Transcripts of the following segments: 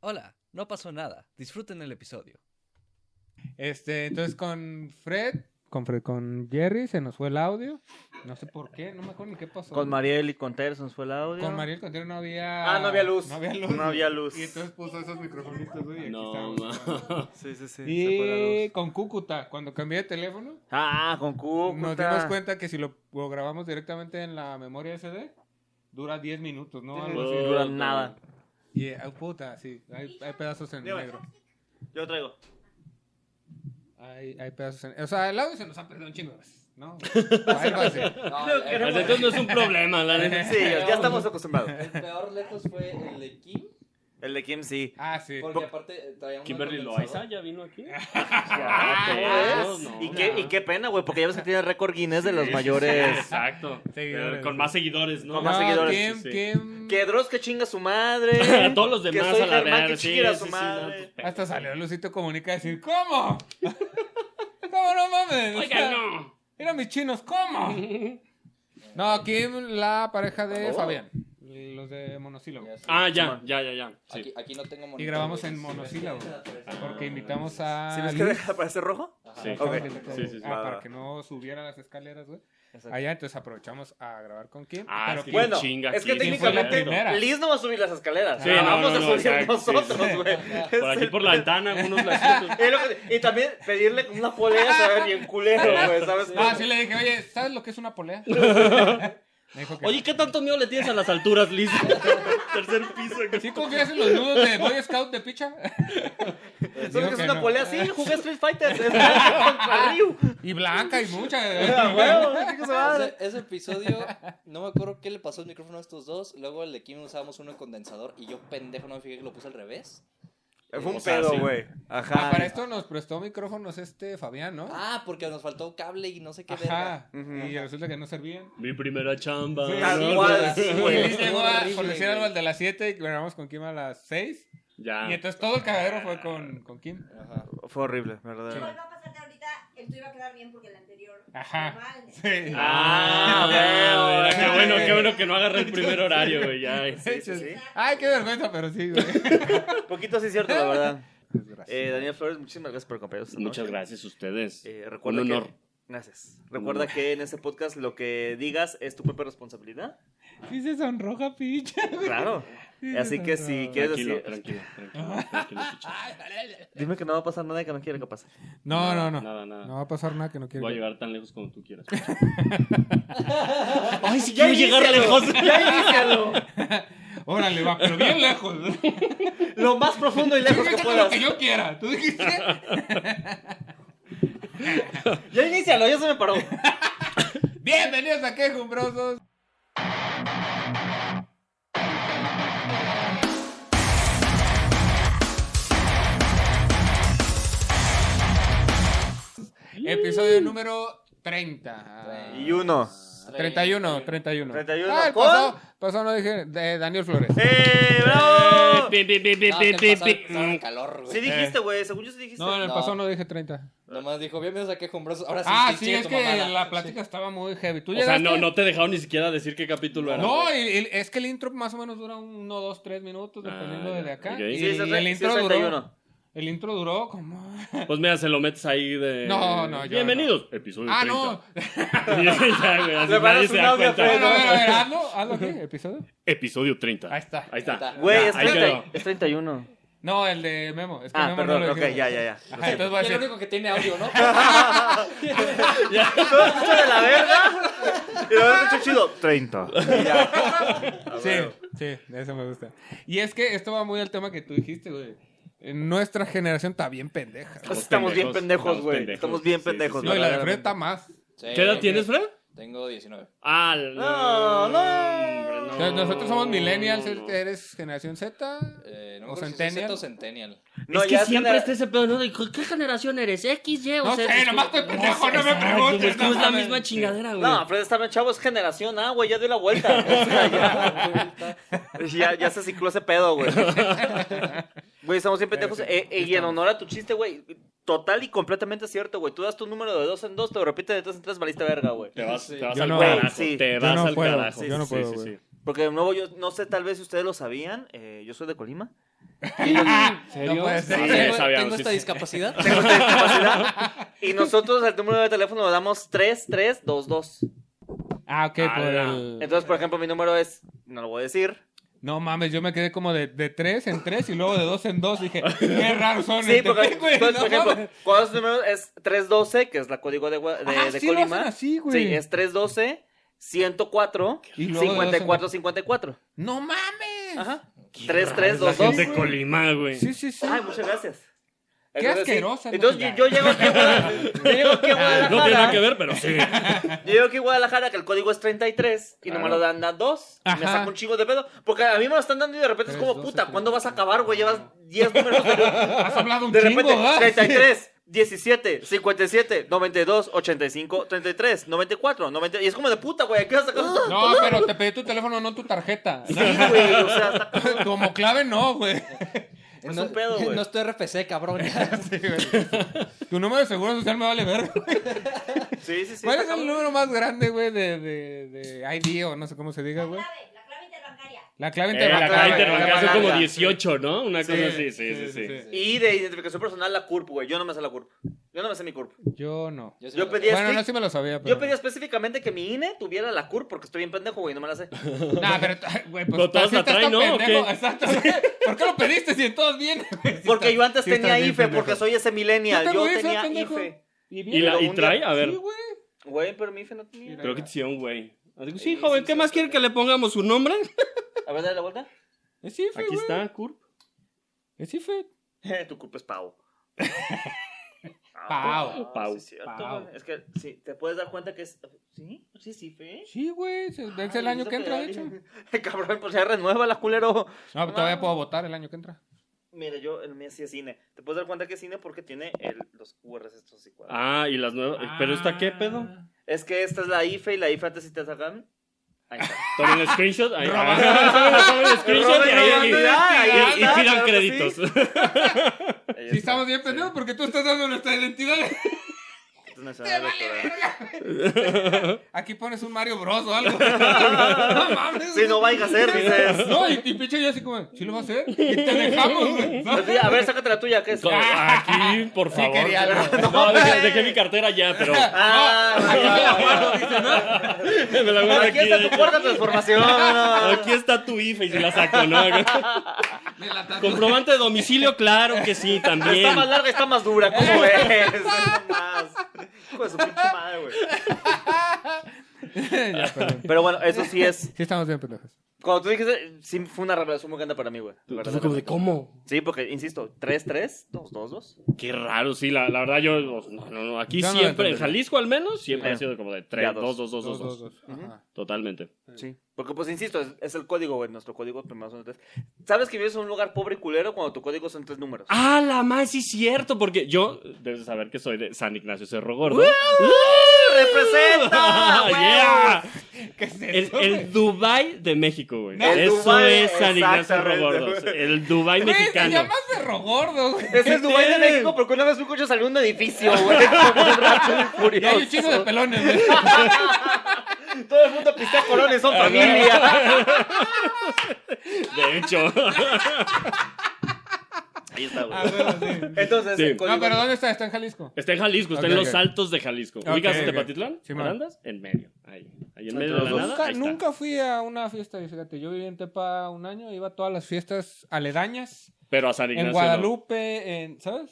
Hola, no pasó nada. Disfruten el episodio. Este, entonces con Fred, con Fred, con Jerry se nos fue el audio. No sé por qué, no me acuerdo ni qué pasó. Con Mariel y con Terson fue el audio. Con Mariel Contreras no había. Ah, no había luz. No había luz. No había luz. Y entonces puso esos microfonitos, güey, y aquí No, estamos. ma. Sí, sí, sí. se fue la Y luz. con Cúcuta, cuando cambié de teléfono, Ah, con Cúcuta. nos dimos cuenta que si lo, lo grabamos directamente en la memoria SD, dura 10 minutos, ¿no? Algo así. No dura nada. Y, eh, ah, puta, sí, hay, hay pedazos en Dígame. negro. Yo traigo. Hay, hay pedazos en... O sea, el audio se nos ha perdido un chingo de veces, ¿no? Sálvase. Para nosotros Pues no es un problema, la neta. Sí, ya estamos acostumbrados. El peor lejos fue el de Kim, El de Kim sí. Ah, sí. porque aparte traía un Kimberly Loaiza ya vino aquí. Ya, Ah, no, pues. no, y, no. qué, y qué pena, güey, porque ya ves que tiene récord Guinness de los mayores. Exacto. Seguidores. Pero Con más seguidores, ¿no? Con más seguidores, Kim, sí, sí. Kim- Que Dross que chinga su madre. A todos los Que demás soy a la Germán, que verga. Sí, chingue a sí, su sí, madre. no, pues, Hasta salió Lucito Comunica a decir, ¿cómo? ¿Cómo no mames? O sea, Oigan, no. Mira mis chinos, ¿cómo? No, Kim, la pareja de Oh. Fabián. Los de monosílabo. Ah, ya, ya, ya, ya. Sí. Aquí, aquí no tengo Y monitor, grabamos güey. en monosílabo. Porque Ah. invitamos a. ¿Sí ves que Liz. deja de aparecer rojo? Ajá. Sí. Ok. Sí, sí, sí. Ah, Va, para va. que no subiera las escaleras, güey. Exacto. Allá, entonces aprovechamos a grabar con Kim. Ah, pero es que Kim- Bueno, chinga, es que sí, sí, fue la técnicamente primera. Liz no va a subir las escaleras. Sí, la no, vamos no, a no, subir exacto, sí, nosotros, güey. Es Por aquí el- por la ventana, algunos lacitos. es lo que- Y también pedirle una polea, ¿sabes? Bien culero, güey, ¿sabes? Ah, sí le dije, oye, ¿sabes lo que es una polea? Me dijo que. Oye, ¿qué tanto miedo le tienes a las alturas, Liz? Tercer piso. güey. ¿Sí confías en los nudos de Boy Scout de picha? ¿Sabes digo que es que una no. polea? Sí, jugué Street Fighter. Es Blanca contra Ryu. Y blanca y mucha. eh. Ah, huevo, chingue su madre. Ese, ese episodio, no me acuerdo qué le pasó al micrófono a estos dos. Luego el de Kim usábamos uno de condensador y yo pendejo no me fijé que lo puse al revés. Eh, Fue un O sea, pedo, sí. güey. Ah, para Ajá. esto nos prestó micrófonos este Fabián, ¿no? Ah, porque nos faltó cable y no sé qué verga. Ajá. Y resulta que no servían. Mi primera chamba. Sí. Tal ¿no? cual, Sí, Y güey. Liz llegó a, horrible, por decir algo, güey. al de las 7 y grabamos con Kim a las 6. Ya. Y entonces todo el cagadero fue con, con Kim. Ajá. Fue horrible, Y ¿verdad? vuelvo a pasarte ahorita, el tuyo iba a quedar bien porque el anterior. Ajá. Normal. ¿eh? Sí. Ah, Ah, güey, güey. Qué bueno, qué bueno que no agarré el primer horario, güey. Ya. Sí, sí, sí. Ay, qué vergüenza, pero sí, güey. Poquito sí es cierto, la verdad. Eh, Daniel Flores, muchísimas gracias por acompañarnos. esta Muchas noche. gracias a ustedes. Eh, recuerda Un honor. Que, gracias. Recuerda que en este podcast lo que digas es tu propia responsabilidad. Sí se sonroja, picha. Claro. Sí, Así sí, que sí. si quieres Tranquilo, decir. tranquilo, tranquilo, tranquilo, chicha. Dime que no va a pasar nada y que no quiero que pase. No, no, no. Nada, nada. No va a pasar nada que no quiero. Voy a llegar tan lejos como tú quieras. Ay, si quiero llegar lejos. Ya inícialo. Órale, va, pero bien lejos. Lo más profundo y lejos Lejos lo que puedas. que yo quiera. ¿Tú dijiste? Ya inícialo, ya se me paró. Bienvenidos a Quejumbrosos. Episodio número 30. Y uno. 31, 31. 31, Ah, el ¿con? pasado, pasado no dije de Daniel Flores. ¡Eh, bravo! Pi, pi, pi, pi, No, pi, que pi, mm. pasaba- pi. pasaba el calor, Sí güey. dijiste, güey. Según yo sí dijiste. No, en el No. pasado no dije 30. Nomás dijo, bienvenidos a quejumbrosos. Ahora sí, Ah, sí, sí, chinga es tu que mamada. la plática estaba muy heavy. ¿Tú O sea, llegaste? no, no te dejaron ni siquiera decir qué capítulo era. No, y- y es que el intro más o menos dura uno, dos, tres minutos, Ah, dependiendo ya, de acá. ok. Y, Sí, es el- el sí, es intro el 31. duró. El intro duró como. Pues mira, se lo metes ahí de. No, no, yo Bienvenidos. Episodio Ah, 30. no. Le ya, güey, así nadie mandas se un da audio a cuenta. Fred, Bueno, a ver, a ver, hazlo, hazlo aquí, episodio. Episodio 30. Ahí está. Ahí está. Güey, Ya, es, ahí 30 quedó. es 31. No, el de Memo. Es que Ah, Memo no perdón, lo ok, dijimos. ya, ya, ya. Ajá, entonces voy a Y el decir. único que tiene audio, ¿no? Todo escucho de la verga. Y lo escucho chido. 30. Y ya. A Ah, ver. Sí, sí, eso me gusta. Y es que esto va muy al tema que tú dijiste, güey. Eh, Nuestra generación está bien pendeja. Estamos, bien pendejos, estamos güey. pendejos. Estamos bien Sí, sí, pendejos. sí. No, y la de Fred verdaderamente. está más. Sí, ¿Qué edad tienes, Fred? Tengo 19. Ah, No, no. hombre, O sea, Nosotros somos no, millennials, este, no, no. eres generación Z. Eh, no me ¿O acuerdo si soy Centennial? Z o Centennial. No, es que ya siempre genera- está ese pedo, ¿no? De, ¿Qué generación eres? ¿X, Y o No Z? sé, nomás estoy pendejo, no me Exacto, preguntes. güey, Es como no es la mames. misma chingadera, güey. No, Fred está bien chavo, es generación A, güey, ya dio la vuelta. O sea, ya, ya, ya se cicló ese pedo, güey. Güey, estamos bien pendejos. Pero sí, Eh, eh, sí y en estamos. honor a tu chiste, güey, total y completamente cierto, güey. Tú das tu número de dos en dos, te lo repites de tres en tres, valiste verga, güey. Te vas, te vas Yo al no- carajo. Sí. Te Yo vas no al puedo, carajo. yo no puedo, güey. Porque de nuevo, yo no sé, tal vez si ustedes lo sabían, eh, yo soy de Colima. "Mm, ¿Serio? No puede ser. Sí, Tengo- sabíamos, Tengo sí, esta sí. discapacidad. Tengo esta discapacidad. Y nosotros al número de teléfono le damos 3322. Ah, ok, Ah, por no. el- Entonces, por ejemplo, mi número es, no lo voy a decir. No mames, yo me quedé como de, de tres en tres y luego de dos en dos. Dije, qué raros son. Sí, este porque pe- güey, entonces, no por ejemplo, mames. ¿cuál es el número? Es 312, que es la código de, Gua- de, Ah, de sí lo Colima. hacen así, güey. sí, es 312 104 Y luego de dos en- 54 54. No mames. Ajá. La gente 3322. de Colima, güey. Sí, sí, sí. Ay, muchas gracias. Qué sí. asquerosa, ¿no? Entonces yo, yo llego aquí a Guadalajara. Yo llego aquí a Ah, No tiene nada Guadalajara. que ver, pero sí. Yo llego aquí a Guadalajara, que el código es 33 y Ah. nomás lo dan a 2. Y me Ajá. saco un chingo de pedo. Porque a mí me lo están dando y de repente es Tres, como, doce, puta, tres, ¿cuándo vas a acabar, güey? Llevas 10 números de. Has hablado un De chingo, repente, ¿verdad? 33, 17, 57, 92, 85, 33, 94, 90. Y es como de puta, güey. ¿Qué vas a sacar? No, pero te pedí tu teléfono, no tu tarjeta. Sí, güey. O sea, está cabrón. Como clave, no, güey. Es un pedo, güey. No estoy RFC, cabrón. Sí, güey. Tu número de seguro social me vale ver. Sí, sí, sí. ¿Cuál es está el cabrón. número más grande, güey, de, de, de ID o no sé cómo se diga, La güey? clave, la clave interbancaria. La clave Eh, la interbancaria. cara clave interbancaria son como interbancaria. 18, ¿no? Una cosa así, sí, sí, sí. Y de identificación personal, la CURP, güey. Yo no me sé la CURP. Yo no me sé mi CURP. Yo no. sí Yo me- pedí- Bueno, estoy- no sí me lo sabía, pero. Yo pedí específicamente que mi INE tuviera la CURP porque estoy bien pendejo, güey. No me la sé. Nah, pero, t- güey, pues. Pero todos taxista la traen, está ¿no? ¿O pendejo. qué? Exacto. ¿Por qué lo pediste si en todos vienen? güey? Porque yo antes Sí tenía estás bien IFE, pendejo. porque soy ese millennial. Yo Yo tengo IFE, tenía pendejo. IFE. ¿Y, la, y trae? A ver, Sí, güey. Güey, pero mi IFE no tenía. creo que te hicieron, güey. Así que, Sí, Sí, joven, sí, ¿qué sí, más sí. quiere que le pongamos su nombre? A ver, dale la vuelta. Es IFE, Aquí güey. está, Curp. Es IFE. tu CURP es Pau. Pau. Ah, Pau. sí, es cierto, Pau. güey. Es que sí, te puedes dar cuenta que es. ¿Sí? Sí, sí, fe. Sí, güey. se- Es el Ay, año Ah, eso que entra, de hecho. pegaría. Cabrón, pues ya renueva la culero. No, pero Ah. todavía puedo votar el año que entra. Mira, yo el mío sí es cine. Te puedes dar cuenta que es cine porque tiene el- los QRs estos y cuadros. Ah, y las nuevas. ¿Pero esta qué pedo? Es que esta es la IFE y la IFE antes sí te sacan. Ahí está. Tomen el screenshot. Ahí, Roban. ah, tomen- tomen el screenshot y, Roban, ahí- roban, y- ahí y- y está, pidan claro que créditos. sí. Ahí Sí, está. estamos bien pendejos porque tú estás dando nuestra identidad. Esto es nacional electoral. Aquí pones un Mario Bros o algo. No mames. Sí, no vaya a ser, dices. No, y, y pinche yo así como, ¿sí lo va a hacer? Y te dejamos, güey. Pues sí, A ver, sácate la tuya, ¿qué es? Co- Aquí, por Sí favor. quería algo. No, dejé, dejé mi cartera allá, pero Ah, no, me la voy no, a Aquí está tu cuarta transformación. no, no, no. Aquí está tu IFE y se la saco, ¿no? Comprobante de domicilio, claro que sí, Está también. más larga, está más dura, ¿cómo ves? No más. Hijo de su pinche madre, güey. ah. Ya, perdón. Pero bueno, eso sí es. Sí, estamos bien pendejos. Cuando tú dijiste, sí fue una revelación muy grande para mí, güey. Fue como de, ¿Cómo? Sí, porque, insisto, 3-3, 2-2-2. Qué raro, sí, la, la verdad yo, pues, no, no, no, aquí Yo no lo siempre, en entendería. Jalisco al menos, siempre Sí. ha sido como de Ya, 3, dos. 2, 2, 2, Dos, 2, dos, 2, dos. Ajá. totalmente. Sí. Porque, pues, insisto, es, es el código, güey. Nuestro código primero son tres. ¿Sabes que vives en un lugar pobre y culero cuando tu código son tres números? Ah, la más, sí, cierto, porque yo, debes de saber que soy de San Ignacio Cerro Gordo. ¡Representa! güey! Yeah. ¿Qué es El, eso, güey? el Dubai de México, güey. El Eso Dubái, es San Ignacio Cerro exactamente, Gordo. güey. El Dubai Güey, se mexicano. llama Cerro Gordo, güey. Es el Dubái de tiene? México porque una vez un coche salió de un edificio, güey. Como un rato Y hay un furioso. chingo de pelones, güey. Todo el mundo pistea colones, son familia. De hecho. Ahí está, güey. Ah, bueno, sí. Entonces, Sí. el código- No, pero ¿dónde está? Está en Jalisco. Está en Jalisco, está en Ok, los ok. altos de Jalisco. Ok, ¿Ubicas en ok. Tepatitlán? Sí, man. ¿Arandas? En medio. Ahí. Ahí en medio de la Entonces, nada. Nunca, ahí está. nunca fui a una fiesta, fíjate. Yo viví en Tepa un año, iba a todas las fiestas aledañas. Pero a San en Ignacio. no. Guadalupe, en, ¿sabes?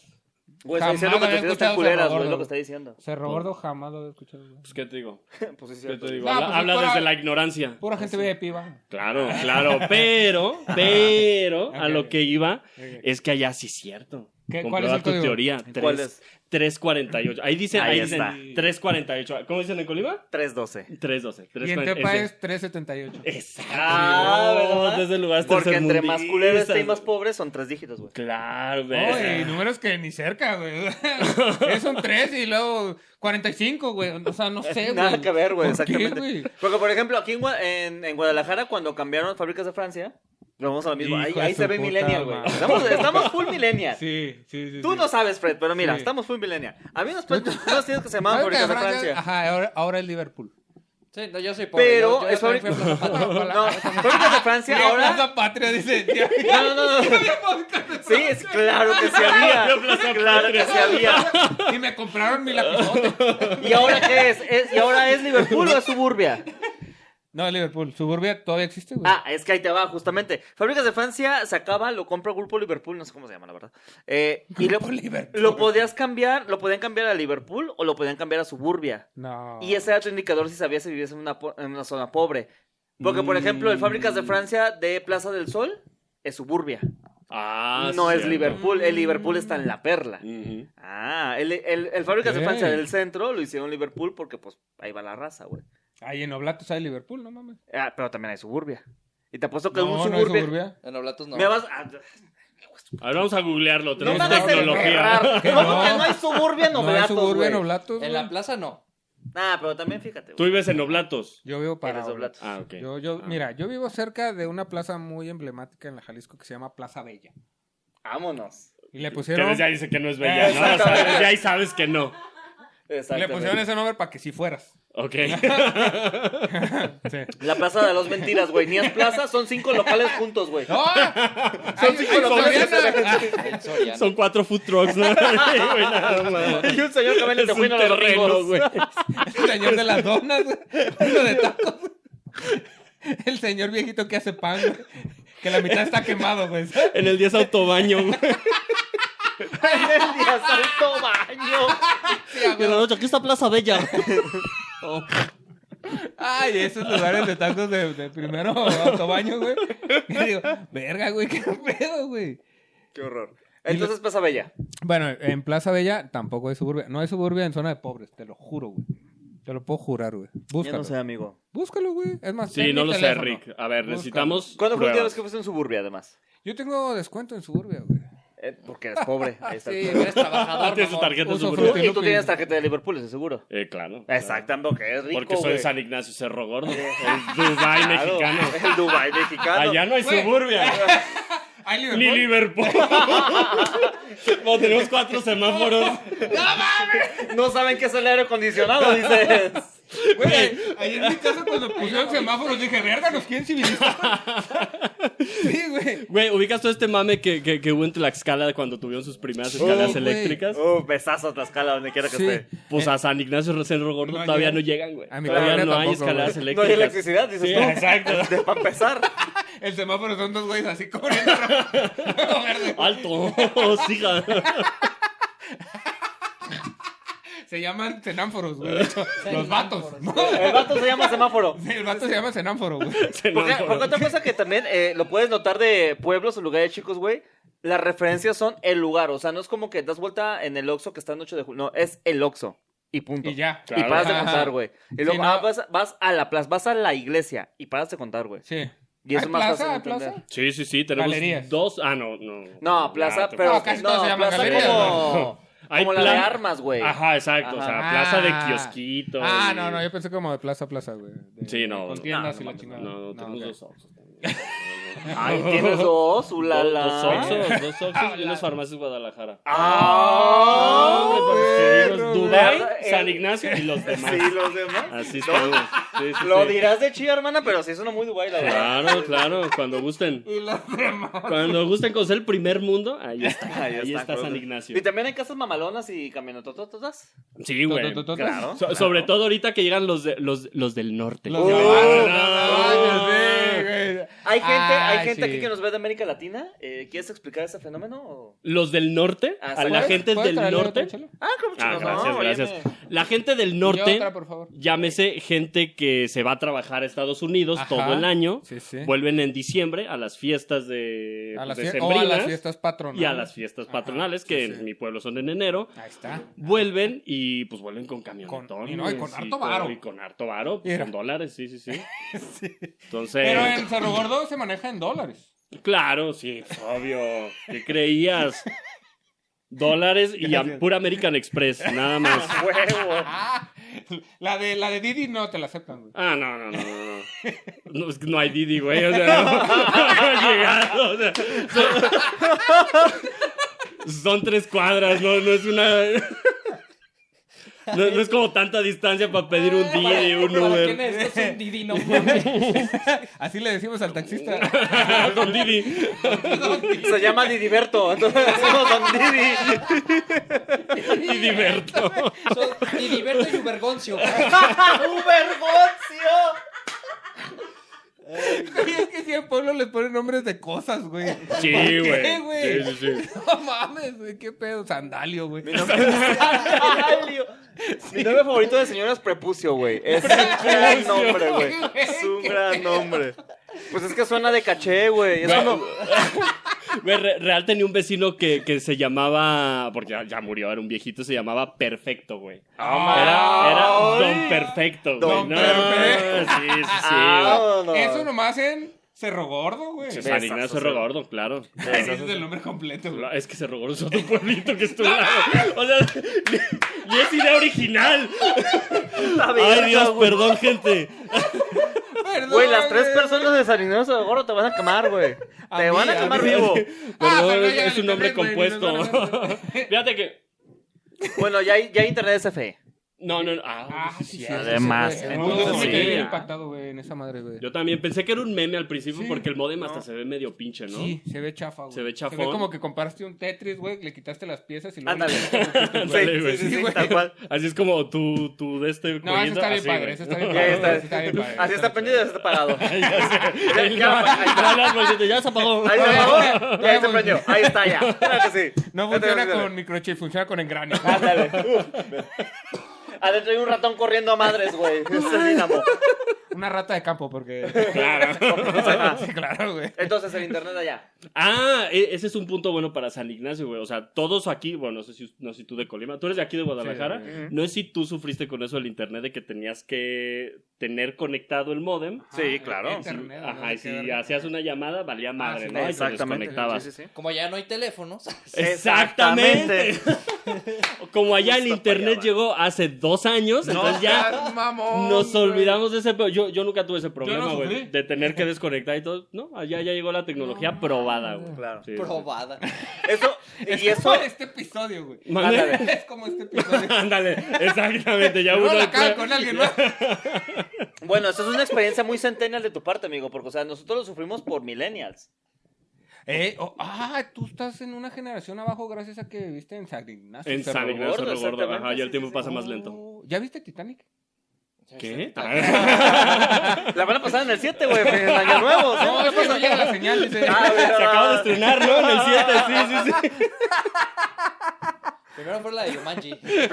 Güey, está diciendo Jamás que tus había fiestas están escuchado culeras, Cerro güey. Es Gordo. lo que está diciendo. Cerro Gordo jamás lo había escuchado. güey. Pues, ¿qué te digo? Pues sí, es ¿Qué cierto. te digo? No, habla pues, habla fuera- desde la ignorancia. Pura gente vive de piba. Claro, claro. Pero, pero, a Ok, lo ok. que iba ¿Qué- es que allá sí es cierto. ¿Cuál es Comprueba el tu código? teoría. ¿Cuál Tres- es? 348. Ahí dicen, ahí, Ahí dicen está. 348. ¿Cómo dicen en Colima? 312. Este 312. Y en 340, Tepa ese. es 378. Exacto. Ah, ¿verdad? Desde lugares Porque entre más culero esté y tercermundistas. más pobre son tres dígitos, güey. Claro, Oye, güey. números que ni cerca, güey. Es un 3 y luego 45, güey. O sea, no sé, güey. Nada que ver, güey, ¿Por qué, Pues, exactamente. güey? Porque, por ejemplo, aquí en, Gua- en- en Guadalajara, cuando cambiaron fábricas de Francia, vamos a lo mismo. Ahí, Hijo ahí de se su ve puta millennial, güey. madre. Estamos, estamos full millennial. Sí, sí, sí. Tú sí. no sabes, Fred, pero mira, Sí. estamos full millennial. A mí nos unos tienes que se llamaban ¿Sabes que fábricas de Francia- Francia. Ajá, ahora, ahora es Liverpool. Sí, no, yo soy pobre. Pero yo, yo es también favorito. fui a Plaza Patria. No, Fábricas de Francia ahora. Plaza Patria dice. ya. No, no, no. Sí, es claro que se había. Claro que se había. Y me compraron mi lapisote. ¿Y ahora qué es? ¿Es- ¿Y ahora es Liverpool o es Suburbia? No, Liverpool. Suburbia todavía existe, güey. Ah, es que ahí te va, justamente. Fábricas de Francia se acaba, lo compra Grupo Liverpool, no sé cómo se llama, la verdad. Eh, y lo, Liverpool. lo podías cambiar, lo podían cambiar a Liverpool o lo podían cambiar a Suburbia. No. Y ese era tu indicador si sabías si vivías en una, po- en una zona pobre. Porque, por ejemplo, el Fábricas de Mm. Francia de Plaza del Sol es Suburbia. Ah, no es cierto. Liverpool, el Liverpool está Mm. en la perla. Ujú. Ah, el, el, el Fábricas de Francia Ok. del centro lo hicieron Liverpool porque, pues, ahí va la raza, güey. Ahí en Oblatos hay Liverpool, no mames. Ah, pero también hay Suburbia. Y te apuesto que No, un no hay Suburbia... Suburbia. En Oblatos no. Me vas... ah, A ver, vamos a googlearlo. No Tenemos van a mames, hacer tecnología. errar. Que No, no. porque no hay suburbia No hay noblatos, Suburbia güey. en Oblatos. En la güey. plaza no. Ah, pero también fíjate, Tú güey. vives en Oblatos. Yo vivo para. Eres de Oblatos. Ah, ok. Yo, yo, Ah. mira, yo vivo cerca de una plaza muy emblemática en la Jalisco que se llama Plaza Bella. Vámonos. Y le Que pusieron, desde ahí dice que no es bella, ¿no? O sea, Exactamente. desde ahí sabes que no. le Exactamente. pusieron ese nombre para que si fueras. Ok. Sí. La plaza de las mentiras, güey. Ni es plaza, son cinco locales juntos, güey. ¡No! Son Ay, cinco ay, locales. Soriana. En Soriana. Son cuatro food trucks, ¿no? Sí, güey, nada más. Y un señor que vende Es un tejuino a los terreno, domingos. güey. El señor de las donas, güey. uno de tacos. El señor viejito que hace pan, güey. Que la mitad está quemado, güey. En el 10 autobaño, güey. En el día santo baño. Y en la noche, aquí está Plaza Bella. Oh. Ay, esos lugares de tacos de, de primero autobaño, güey. Y digo, verga, güey, qué pedo, güey. Qué horror. Entonces, Plaza Bella. Bueno, en Plaza Bella tampoco hay suburbia. No hay suburbia en zona de pobres, te lo juro, güey. Te lo puedo jurar, güey. Ya Búscalo. no sé, amigo. Búscalo, güey. Es más, Sí, ten no mi lo sé, teléfono. Rick. A ver, Búscalo. necesitamos. ¿Cuándo fue la última pruebas. vez que fuiste en suburbia, además? Yo tengo descuento en suburbia, güey. Eh, porque eres pobre. Ahí está el Sí, problema. eres trabajador. Ah, Tienes tu mamón. tarjeta Uso Suburbia. Tú- frutti- Y tú tienes tarjeta de Liverpool, eso seguro. Eh, claro. Exactamente, porque es rico, Porque soy güey. San Ignacio Cerro Gordo. Sí. El Dubai Claro, mexicano. El Dubai mexicano. Allá no hay Güey. suburbia. Ay, Ni Liverpool. Como tenemos cuatro semáforos. No saben qué es el aire acondicionado, dices. Güey, ahí en mi casa cuando pusieron semáforos dije, verga, nos quieren civilizar. sí, güey. Güey, ubicas todo este mame que, que, que hubo en Tlaxcala cuando tuvieron sus primeras escaleras güey. eléctricas. Uh, besazo a Tlaxcala, donde quiera que Sí. esté. Pues a San Ignacio Cerro Gordo No todavía llegan. no llegan, güey. A mi Todavía colonia no hay tampoco, escaleras güey. No hay eléctricas. electricidad, dices Sí, tú. exacto. De para empezar. El semáforo son dos güeyes así corriendo. verde. Alto, siga. se llaman cenáforos, güey. de hecho. Los vatos. ¿no? El vato se llama semáforo. Sí, el vato se llama cenáforo, güey. Porque, porque otra cosa que también eh, lo puedes notar de pueblos o lugares chicos, güey. Las referencias son el lugar. O sea, no es como que das vuelta en el Oxxo que está en 8 de julio. No, es el Oxxo. Y punto. Y ya. Y paras de Ajá. contar, güey. Y luego Sí, no. ah, vas, vas a la plaza, vas a la iglesia y paras de contar, güey. Sí. Y es ¿Hay más plaza? fácil de ¿Hay plaza? entender. Sí, sí, sí, tenemos Galerías. dos. Ah, no, no. Ah, No, plaza, te pero. No, casi todas Ah, no, se llaman plaza galerías, como. Hay como la de plan- armas, güey. Ajá, exacto. O sea, Ajá. plaza de kiosquito. Ah, y- no, no, yo pensé como de plaza a plaza, güey. De- Sí, no, Con no, tiendas no y la mames, chingada. No, no, tenemos ok. dos oxos. Ay, tienes dos, ulala. Dos oxos, dos oxos y unas farmacias de Guadalajara. Ah, Hombre, porque seguimos perro, Dubái, güey. San Ignacio y los demás. Sí, los demás. Ah, Así estamos. Sí, sí, Lo sí. dirás de chida, hermana, pero sí suena muy Dubai, la verdad. Claro, claro, cuando gusten. Y los demás. Cuando gusten conocer el primer mundo, ahí está. Ah, Ahí, está, claro. San Ignacio. Y también hay casas mamalonas y camionotototas. Sí, güey. To- to- to- to- Claro. So- sobre todo ahorita que llegan los, de- los, los del norte. Los Uy, de Ay, abajo, no. no, sí, güey. Hay gente, hay Ay, gente sí. aquí que nos ve de América Latina. Eh, ¿Quieres explicar ese fenómeno? o? Los del norte, Ah, a la ¿puedes- gente ¿Puedes del traerle otra, norte. chelo? Ah, como Ah, chicos, gracias, no, gracias. óyeme. La gente Y del norte, otra, por favor. llámese gente que se va a trabajar a Estados Unidos Ajá. todo el año, Sí, sí. vuelven en diciembre a las fiestas de a las de fie- o a las sembrinas fiestas patronales. y a las fiestas Ajá, patronales sí, que sí. en mi pueblo son en enero. Ahí está. Vuelven y pues vuelven con camionetones. y no, y con harto todo, varo. Y con harto varo, pues, Mira. con dólares, sí, sí, sí. Entonces, Pero en Cerro Gordo se maneja en dólares. claro, sí, pues, obvio. ¿Qué creías? Dólares y a- pura American Express, nada más. Huevo. Ah, la de, la de Didi no te la aceptan, güey. Ah, no, no, no, no. No, No, es que no hay Didi, güey. O sea, no, llegado. O sea, son, son tres cuadras, no, no es una. No, no es como tanta distancia para pedir un Didi, un ¿Para qué Uber. necesitas un Didi? No mames. Así le decimos al taxista. Don Didi. Se llama Didiberto, entonces decimos Don Didi. Didiberto. Son Didiberto y Ubergoncio. ¡Ubergoncio! Güey, es que si a pueblo les ponen nombres de cosas, güey. Sí, qué, güey. güey? Sí, sí, sí. No mames, güey, qué pedo. Sandalio, güey. Alio. Mi nombre favorito de señora es Prepucio, güey. Es un gran nombre, güey. Güey, Es un gran nombre. Pues es que suena de caché, güey. Es Güey. como- Güey, re- Real tenía un vecino que, que se llamaba, porque ya, ya murió, era un viejito, se llamaba Perfecto, güey. Ah, Era, era Don Perfecto, güey. Don No, Perfecto. Sí, sí, sí. güey. Ah, no. Eso nomás en Cerro Gordo, güey. Sí, Ese San Ignacio Cerro Gordo, claro. es el nombre completo, güey. No, Es que Cerro Gordo es otro pueblito que estuvo. O sea, ni, ni es idea original. Está bien, Ay, Dios, güey. perdón, gente. Perdón, Güey, las tres güey. personas de San Ignacio de Gordo te van a quemar, güey. A Te mí, van a a quemar mí. vivo. Ah, Perdón, pero ya es un le nombre internet, güey, compuesto. nos van a ver. Fíjate que. Bueno, ya hay, ya hay internet de E. fe. No, no, no. Ah, Ah, sí, sí, sí. sí, Además, sí, güey. No, entonces yo sí sí. me quedé bien impactado, güey, en esa madre, güey. Yo también pensé que era un meme al principio Sí. porque el modem hasta No. se ve medio pinche, ¿no? Sí, se ve chafa, güey. Se ve Se chafón. ve como que compraste un Tetris, güey, le quitaste las piezas y luego... Ándale. Ándale, güey. Sí, sí, Sí, sí, güey. tal cual. Así es como tú, tú de este. No, eso está bien padre, eso está bien padre. está. eso está bien padre. Así está prendido y así está apagado. Ahí Ahí Ya, la- ahí está. ya la bolsita, ya se apagó. se ya, apagó y ya, ahí se ya, prendió. Ahí está ya. Claro que sí. No Ya te- funciona con microchip, funciona con engrane. Ándale. Adentro hay un ratón corriendo a madres, güey. Es el dínamo. Una rata de campo, porque... Ajá. Sí, claro, güey. Entonces el internet allá. Ah, e- ese es un punto bueno para San Ignacio, güey. O sea, todos aquí, bueno, no sé si, no sé si tú de Colima, tú eres de aquí de Guadalajara. Sí, No es si tú sufriste con eso del internet de que tenías que tener conectado el modem. Sí, claro. Internet, Ah, ¿no? Ajá, y De qué si verga. hacías una llamada, valía madre, sí, ¿no? Y te exactamente. desconectabas. Sí, sí, sí. Como ya no hay teléfonos. Exactamente. Exactamente. Como allá el Justo internet para allá va. llegó hace dos años, entonces ya Ah, mamón, nos güey. olvidamos de ese. pe- Yo, yo nunca tuve ese problema, no sufrí. güey, de tener que desconectar y todo. No, allá ya llegó la tecnología probada, güey. Claro. Sí, sí. Probada. Eso, Es y eso, como este episodio, güey. Mande. Ándale. Es como este episodio. Ándale, exactamente, ya No uno la cagan después- con alguien, ¿no? bueno, eso es una experiencia muy centennial de tu parte, amigo, porque, o sea, nosotros lo sufrimos por millennials. Eh, oh, ah, tú estás en una generación abajo gracias a que viviste en San Ignacio. En Cerro San Ignacio, Gordo, Cerro Gordo, exactamente, ajá, ya el sí, tiempo sí, pasa Gordo. más lento. Oh, ¿Ya viste Titanic? ¿Qué? Ah, La van a pasar en el 7, güey, en Año Nuevo. ¿no? ¿Qué Ah, es que pasa? no llega la señal, dice. Ah, Se acaba de ¿verdad? estrenar, ¿no? En el 7, sí, sí, sí. Primero fue la de Yumanji. Este,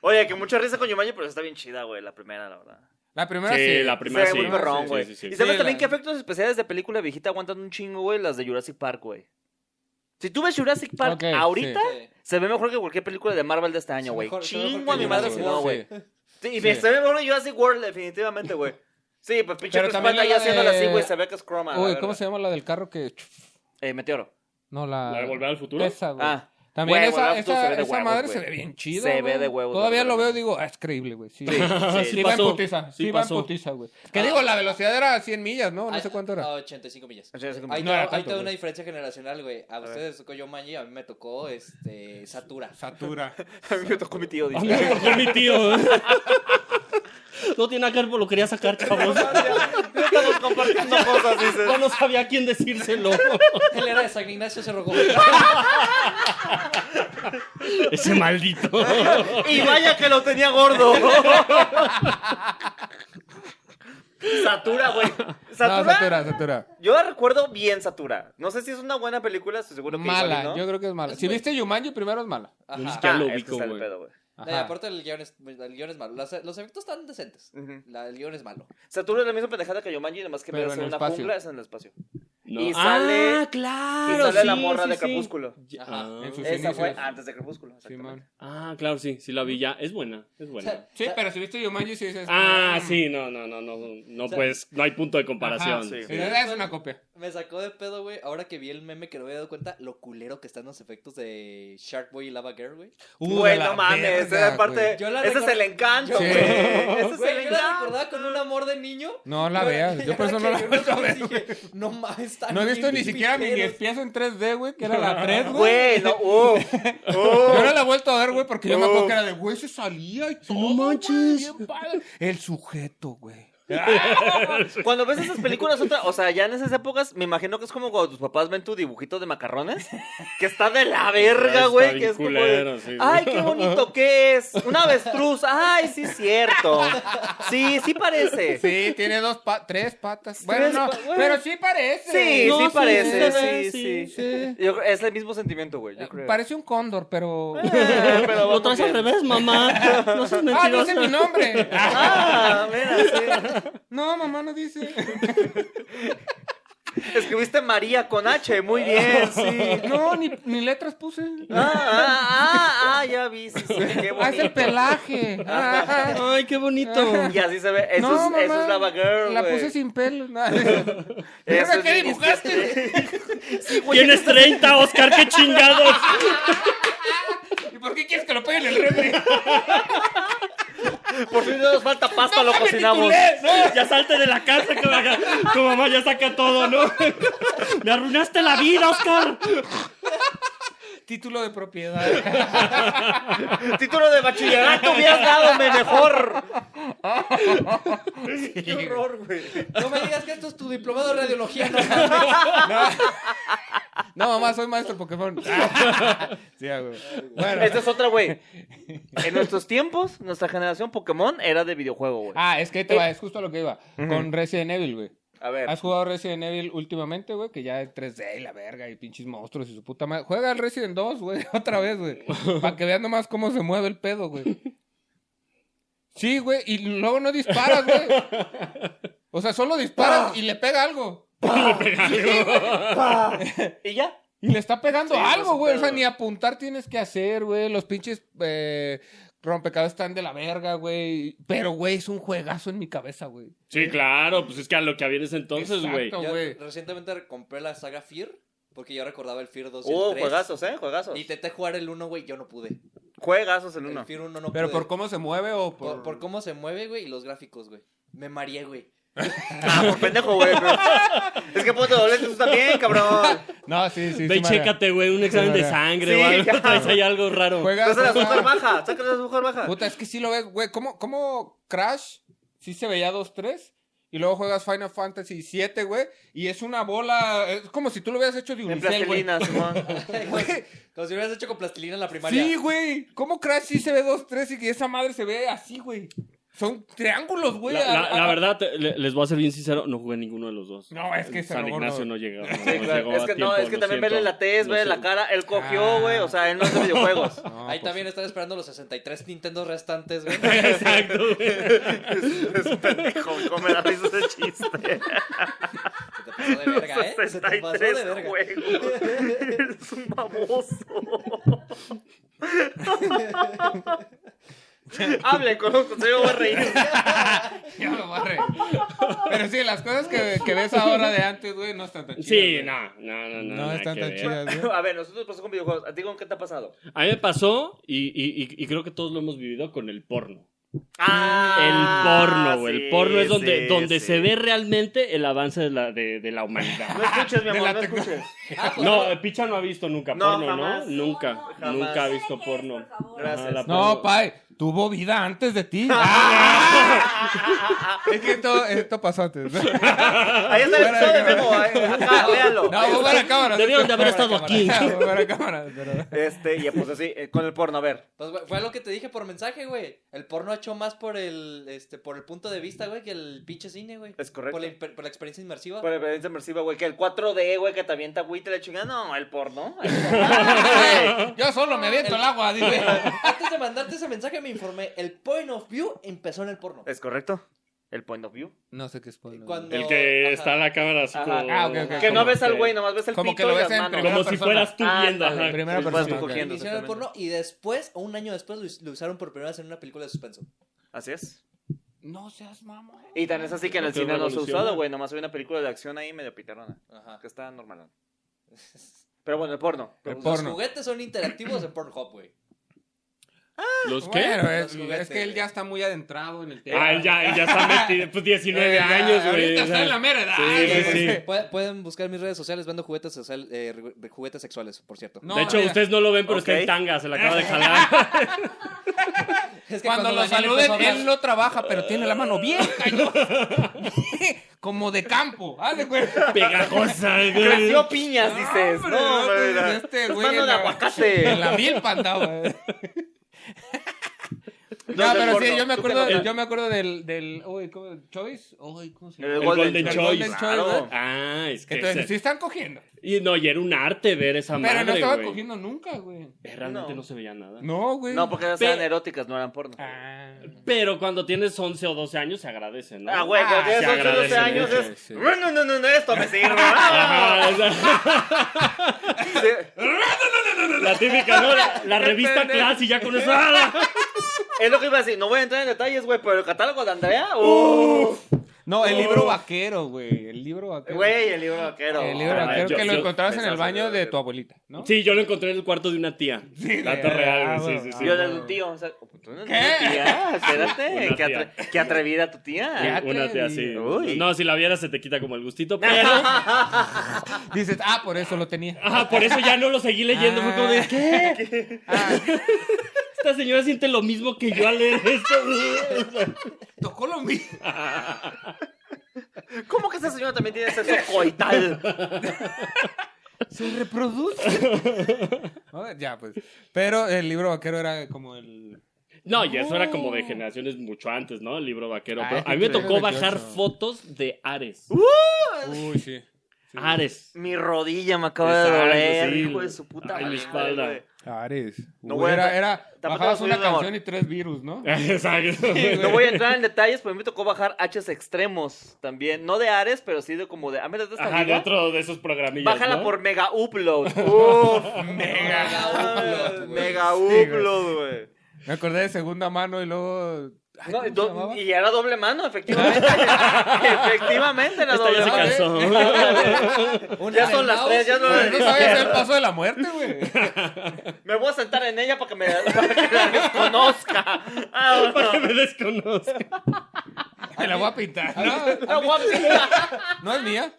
Oye, que mucha risa con Yumanji, pero está bien chida, güey, la primera, la verdad. La primera sí. Sí, la primera Se sí. ve muy perrón, Sí, güey. sí, sí, Y sí. sabes Sí, también la- que efectos especiales de película viejita aguantan un chingo, güey, las de Jurassic Park, güey. Si tú ves Jurassic Park Ok, ahorita, Sí. se ve mejor que cualquier película de Marvel de este año, Sí, güey. mejor- se ve mejor Chingo a que mi madre si Jurassic no, World, güey. Sí, y Sí. se ve mejor en Jurassic World, definitivamente, güey. Sí, pues pinche Pero Chris también Pratt ahí la de- haciéndola así, güey, se ve que es croma. la Uy, verga. ¿cómo se llama la del carro que.? Eh, Meteoro. No, la. ¿La de Volver al Futuro? Esa, güey. Ah. También Güey, Volver esa, al Futuro esa, se ve de esa huevos, madre güey. se ve bien chida. Se ve güey. de huevos, Todavía la lo verdad. veo y digo, ah, es creíble, güey. Sí, sí, sí va en pasó, putiza. sí Sí, va en pasó. putiza, güey. Que digo, la velocidad era 100 millas, ¿no? No Ay, sé cuánto A era. 85 millas. 85 Ahí millas. te- No era ahí tanto, te da una güey. diferencia generacional, güey. A ustedes les tocó Yumanji, a mí me tocó este, Satura. Satura. A mí me tocó mi tío, A mí me dice. tocó mi tío. No tiene nada que ver, pero lo quería sacar, No chavos. estamos compartiendo cosas, dice. Yo no sabía a quién decírselo. Él era de San Ignacio Cerro Gordo. Ese maldito. Y vaya que lo tenía gordo. Satura, güey. Satura. No, Satura, Satura. Yo la recuerdo bien Satura. No sé si es una buena película, estoy seguro que Mala, igual, y ¿no? yo creo que es mala. Es Si muy- viste Yumanji, primero es mala. Ajá. Ya lo es que ubico, está el güey. pedo, güey. No, y aparte el guión es, el guión es malo. Las- Los, efectos están decentes. Ujú. La- el guión es malo. Satura es la misma pendejada que Yomanji, nomás que en Pero vez de en el ser una espacio. jungla es en el espacio. No. Y sale- ah, claro. y sale sí, la morra sí, de sí. Crepúsculo. Ya. Ajá. En sus Esa fue inicios. antes de Crepúsculo. exactamente. Simón. Ah, claro, sí, sí la vi ya. Es buena, es O buena. sea, Sí, o sea, pero si viste Yumanji, sí dices. Ah, mm, sí, no, no, no, no, no, pues, no hay punto de comparación. Ajá, sí. sí, Es una copia. me sacó de pedo, güey. Ahora que vi el meme que no me había dado cuenta, lo culero que están los efectos de Sharkboy y Lava Girl, güey. Uh, Güey, de la no mames, verga, esa güey. parte. Yo la Ese es recor- el encanto, Yo- güey. Ese es el Güey, yo la encanto. recordaba con un amor de niño. No la Güey, veas. y Yo por eso no ahora la que he vi vuelto a ver. otra vez dije, No mames, está No he bien visto ni siquiera mi pijeros". espiezo en 3D, güey, que era la 3, güey. Güey, no, uh, uh. Yo no la he vuelto a ver, güey, porque yo me acuerdo Oh. que era de, güey, se salía y todo, manches. güey, bien padre. El sujeto, güey. Cuando ves esas películas, otra, o sea, ya en esas épocas, me imagino que es como cuando tus papás ven tu dibujito de macarrones, que está de la verga, Está güey, bien que es como de, culero, sí, güey. ay, qué bonito que es, una avestruz, ay, sí es cierto, sí, sí parece, sí, Sí, tiene dos pa- tres patas. Bueno, no, pa- bueno. pero sí parece. sí, No, sí, parece, sí se ve, sí, sí, sí, Yo creo- es el mismo sentimiento, güey, yo creo. Parece un cóndor, pero... Eh, pero Lo vamos traes al bien. revés, mamá. No seas ¡Ah, dice mi mentirosa. nombre! Ah, mira, No, mamá no dice. sí. Escribiste María con H, muy bien, sí. No, ni, ni letras puse. Ah, ah, ah, ah, ya vi, sí, sí, qué Ah, es el bonito. pelaje. Ah, Ay, qué bonito. Y así se ve, eso, no, es, mamá, eso es Lava Girl, La güey. puse sin pelo. No, Verga, Eso ¿Qué es- dibujaste? Tienes 30, Oscar, qué chingados. ¿Y por qué quieres que lo peguen en el refri? Por fin no nos falta pasta, lo cocinamos. Ya salte de la casa, que vaya- tu mamá ya saca todo, ¿no? Me arruinaste la vida, Oscar. Título de propiedad. Título de bachillerato hubieras dado me mejor. Qué horror, güey. No me digas que esto es tu diplomado de radiología. No, mames. No, mamá, soy maestro Pokémon. Sí, ah, güey. Bueno. Esta es otra, güey. En nuestros tiempos, nuestra generación Pokémon era de videojuego, güey. Ah, es que ahí Eh, te va, es justo lo que iba. Con Resident Evil, güey. A ver. ¿Has jugado Resident Evil últimamente, güey? Que ya es 3D y la verga y pinches monstruos y su puta madre. Juega al Resident 2, güey, otra vez, güey. Para que veas nomás cómo se mueve el pedo, güey. Sí, güey, y luego no disparas, güey. O sea, solo disparas y le pega algo. ¿Y ya? Y le está pegando Sí, no algo, es güey. O un sea, pedo. ni apuntar tienes que hacer, güey. Los pinches eh, rompecabezas están de la verga, güey. Pero, güey, es un juegazo en mi cabeza, güey. Sí, claro, pues es que a lo que había en ese entonces, güey. Exacto, Ya güey. recientemente compré la saga Fear, porque yo recordaba el Fear 2 y Uh, el 3. juegazos, ¿eh? Juegazos. Y intenté jugar el 1, güey, yo no pude. Juegazos el El uno. Fear 1 no Pero pude. por cómo se mueve o Por- por cómo se mueve, güey, y los gráficos, güey. Me mareé, güey. Ah, por pendejo, güey. pero- Es que ponte doble tú también, cabrón. No, sí, sí. Ve sí, y María. chécate, güey, un examen de Sí, sangre ya. o algo. Traes ahí algo raro. Juegas, Saca la juegas. azúcar baja. Saca la azúcar baja. Puta, es que sí lo ves, güey. ¿Cómo, cómo Crash sí se veía 2-3? Y luego juegas Final Fantasy 7, güey. Y es una bola. Es como si tú lo hubieras hecho de En unicel, güey. plastilina, Simón. Como si hubieras hecho con plastilina en la primaria. Sí, güey. ¿Cómo Crash sí se ve 2-3 y esa madre se ve así, güey? Son triángulos, güey. La, la- A- a- la verdad, te- le- les voy a ser bien sincero, no jugué ninguno de los dos. No, es que se San lo Ignacio borro. no llegó. no Sí, nos claro. llegó Es a que no, tiempo, es que lo también vele siento. la tez, Lo vele la sé. cara. Él cogió, güey. O sea, él no es de videojuegos. No, Ahí pues, también están esperando los 63 Nintendo restantes, güey. Exacto, güey. Es un pendejo, come la risa ese chiste. Se te pasó de verga, ¿eh? Se te pasó de 63 verga. juegos. Eres un baboso. Hable con los yo voy a reír. ya lo borré. Pero sí, las cosas que, que ves ahora de antes, güey, no están tan chidas. Sí, güey. no, no, no. No, No, nada están que tan ver. chidas, güey. A ver, nosotros pasó con videojuegos. ¿A ti con qué te ha pasado? A mí me pasó, y, y- y- y creo que todos lo hemos vivido, con el porno. Ah, el porno, güey. el porno es donde, donde se ve realmente el avance de la, de, de la No humanidad. escuches, mi De amor, la no tecno- escuches. Ah, pues No, eh, Picha no ha visto nunca No, porno, jamás. ¿no? Nunca, Jamás. nunca ha visto porno. Por favor. Ajá, Gracias. la No, porno- pai, tuvo vida antes de ti. es que esto, esto pasó antes. No, Ahí está el episodio de Memo. ahí- Acá, véalo. voy para la cámara. Debieron de haber Voy para estado la aquí. cámara, voy para la cámara, pero- Este, y pues así, eh, con el porno, a ver. Pues, güey, fue lo que te dije por mensaje, güey. El porno ha hecho más por el, este, por el punto de vista, güey, que el pinche cine, güey. Es correcto. Pues, Por la, imper- por la experiencia inmersiva. Por experiencia inmersiva, güey, que el 4D, güey, que te avienta agüita y la chingada. No, el porno. El Ay, Yo solo me aviento el agua, dice. Antes de mandarte ese mensaje me informé. El point of view empezó en el porno. ¿Es correcto? El point of view. No sé qué es porno. Cuando- El que Ajá. está la cámara así Ajá. como- Ah, ok, ok. Que no como ves al que- güey, nomás ves el Como pito que lo y ves las en manos. primera Como si persona. fueras tú Ah, viendo. ándale, pues, ajá. primera Sí, persona, vas tú ok. cogiendo. Iniciaron el exactamente. porno y después, un año después, lo, us- lo usaron por primera vez en una película de suspenso. Así es. No seas mamón. Y tan es así que en el Porque cine no se ha revoluciona. usado, güey. Nomás hay una película de acción ahí medio pitarona. Ajá. Que está normal. Pero bueno, el porno. El Los porno. juguetes son interactivos en Pornhub, güey. ¿Los qué? Pues Bueno, es, Los juguetes, es que él ya está muy adentrado en el tema. Ah, ya, ya está metido. Pues 19 Eh, años, güey. Ahorita o sea, está en la mera edad. Sí, sí, güey. sí. Pu- Pueden buscar mis redes sociales, vendo juguetes, social- eh, re- re- juguetes sexuales, por cierto. No, de hecho, mira, ustedes no lo ven, pero está Ok. en tanga, se la acaba de jalar. Es que Cuando, lo Daniel saluden, empezó a pues, hablar- él lo trabaja, pero tiene la mano bien cañosa. Como de campo. Haz de cuenta. Pegajosa, güey. Creció piñas, dices. hombre, No, no, hombre, pues, mira. este Estás güey mano de en la- aguacate. En la milpa andaba. No, No, del pero sí, porno. yo me Tú acuerdo, que no- yo me acuerdo del, del uy, ¿cómo? Choice. Uy, ¿cómo se El llama? El Golden Golden Choice. Choice. Golden Claro. Choice, ¿verdad? Ah, es que. Entonces, se- sí están cogiendo. Y no, y era un arte ver esa Pero no madre, estaban güey. cogiendo nunca, güey. Eh, Realmente No. no. se veía nada. No, güey. No, porque esas eran Pe- eróticas, no eran porno. Ah. Pero cuando tienes 11 o 12 años se agradece, ¿no? Ah, güey, Ah, cuando se tienes 8 12 agradece años mucho, es. No, no, no, no, no, esto me sirve. Ah, Ajá, o sea, sí. la típica, ¿no? La, la revista pendejo. Class y ya con eso. ¡ah! Es lo que iba a decir. No voy a entrar en detalles, güey, pero el catálogo de Andrea. Uh. ¡uh! Uff. No, el libro vaquero, güey. El libro vaquero. Güey, el libro vaquero. el libro Ah, vaquero yo- que lo yo- encontrabas en el pensaba baño que- de tu abuelita, ¿no? Sí, yo lo encontré en el cuarto de una tía. Dato güey. Ah, real, güey, sí, bueno. sí, sí. Yo de un tío. O sea, ¿tú no ¿Qué? tienes tía? Espérate. Una Qué, atre- qué atrevida tu tía. Ya. Una tía así. Uy. No, si la vieras se te quita como el gustito, pero... Dices, ah, por eso lo tenía. Ajá, por eso ya no lo seguí leyendo. Fue Ah. como de, ¿qué? Esta señora siente lo mismo que yo al leer esto. Tocó lo mismo. ¿Cómo que esa señora también tiene sexo coital? Se reproduce. No, ya, pues. Pero el libro vaquero era como el. No, y eso era como de generaciones mucho antes, ¿no? El libro vaquero. Ah, Pero es a mí que me creo tocó que bajar otro. fotos de Ares. Uy, Uh. sí. Ares. Mi rodilla me acaba de Exacto, doler, sí. hijo de su puta Ay, mi madre, espalda. güey. Ares. No, Uy, güey, era, no- era. tampoco Bajabas te una vas a ir, canción y tres virus, ¿no? Exacto. No voy a entrar en detalles, pero a mí me tocó bajar H's extremos también. No de Ares, pero sí de como de. A menos de esta Ajá, de liga. otro de esos programillas. Bájala ¿no? por Mega Upload. Uf, Mega Upload, güey. Mega Mega Sí, güey. Upload, güey. Me acordé de segunda mano y luego. Ay, No, ¿cómo se do- llamaba? y era doble mano, efectivamente. efectivamente era Esta doble ya se mano. cansó. ¿eh? Una Ya de son las Maus, tres, ya no Pero No sabías el paso de la muerte, güey. Me voy a sentar en ella para que me para que la desconozca. Ah, Para que no. me desconozca. Me la voy a pintar. Ah, No, guapo. no es mía.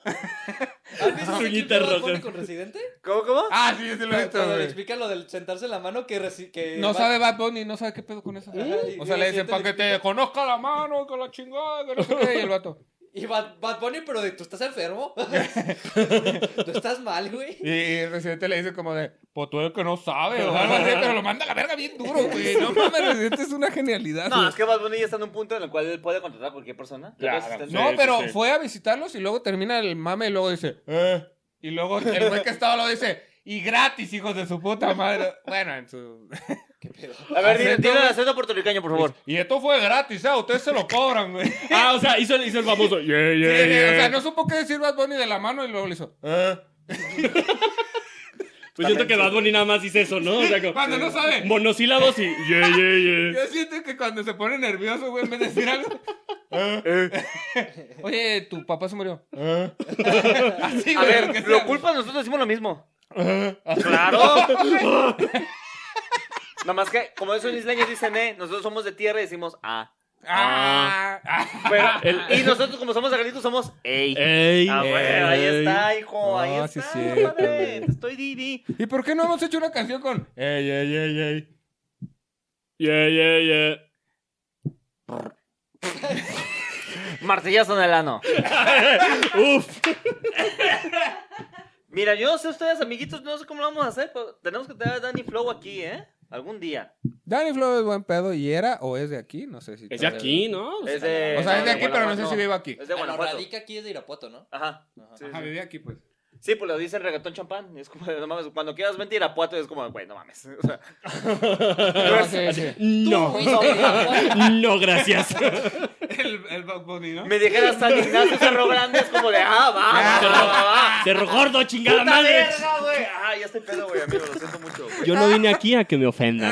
¿Has visto ese clip Uñita de Bad Bunny rosa. con Residente? ¿Cómo, cómo? Ah, sí, sí lo he visto, Cuando le güey. explica lo del sentarse en la mano que... reci- que No va- sabe Bad Bunny, no sabe qué pedo con eso. Ajá, y o sea, le Residente dicen para que le te explica. conozca la mano, con la chingada, que no sé qué", Y el vato. Y Bad, Bad Bunny, pero de, ¿tú estás enfermo? ¿Tú estás mal, güey? Y el residente le dice como de, pues tú eres que no sabe, o algo así, pero lo manda a la verga bien duro, güey. No mames, residente es una genialidad. No, güey. es que Bad Bunny ya está en un punto en el cual él puede contratar a cualquier persona. Claro, Entonces, sí. No, pero sí. fue a visitarlos y luego termina el mame y luego dice, eh. Y luego el güey que estaba lo dice, y gratis, hijos de su puta madre. Bueno, en su. ¿Qué pedo? A ver, dile, Acento, dile el güey. acento puertorriqueño, por favor. Y esto fue gratis, ¿eh? Ustedes se lo cobran, güey. Ah, o sea, hizo, el- hizo el famoso. Yeah, Sí, yeah, o yeah. sea, no supo qué decir Bad Bunny de la mano y luego le hizo. "Eh". Pues siento que Bad Bunny nada más dice eso, ¿no? O sea, como- Cuando no sabe. Monosílabos y. Yeah, yeah, yeah. Yo siento que cuando se pone nervioso, güey, en vez de decir algo. Oye, tu papá se murió. Así, A güey, lo que ver, sea. lo culpa nosotros decimos lo mismo. Claro. Nada más que, como esos isleños dicen, eh, nosotros somos de tierra y decimos, ah. Ah, ah. Pero- El- y nosotros, como somos agritos, somos, ey. Ey, Ah, bueno, ahí ey. está, hijo, Ah, ahí está, sí es cierto, padre. güey. Te estoy Didi. ¿Y por qué no hemos hecho una canción con Ey, ey, ey, ey? Yeah, yeah, yeah. Martillazo en el ano. Uf. Mira, yo no sé ustedes, amiguitos, no sé cómo lo vamos a hacer, pero tenemos que tener a Danny Flow aquí, ¿eh? Algún día. Danny Flow es buen pedo y era o es de aquí, no sé si. Es de aquí, ¿no? Es de- O sea, es de aquí, pero no sé Guanajuato. si vive aquí. Es de Ah, no, Guanajuato. radica aquí es de Irapuato, ¿no? Ajá. Ajá. Sí, sí. Ajá, vive aquí, pues. Sí, pues lo dicen reggaetón champán. y Es como, de, no mames, cuando quieras mentir a Puato es como, güey, no mames. O sea, Ah, sí, sí. No, fuiste a- no, gracias. El, el Bad Bunny, ¿no? me dijeras San Ignacio Cerro Grande, es como de, ah, va, va, va, va, va. Cerro gordo, chingada ¡Puta madre. verga, güey! Ah, ya estoy pedo, güey, amigo, lo siento mucho. güey. Yo no vine aquí a que me ofendan.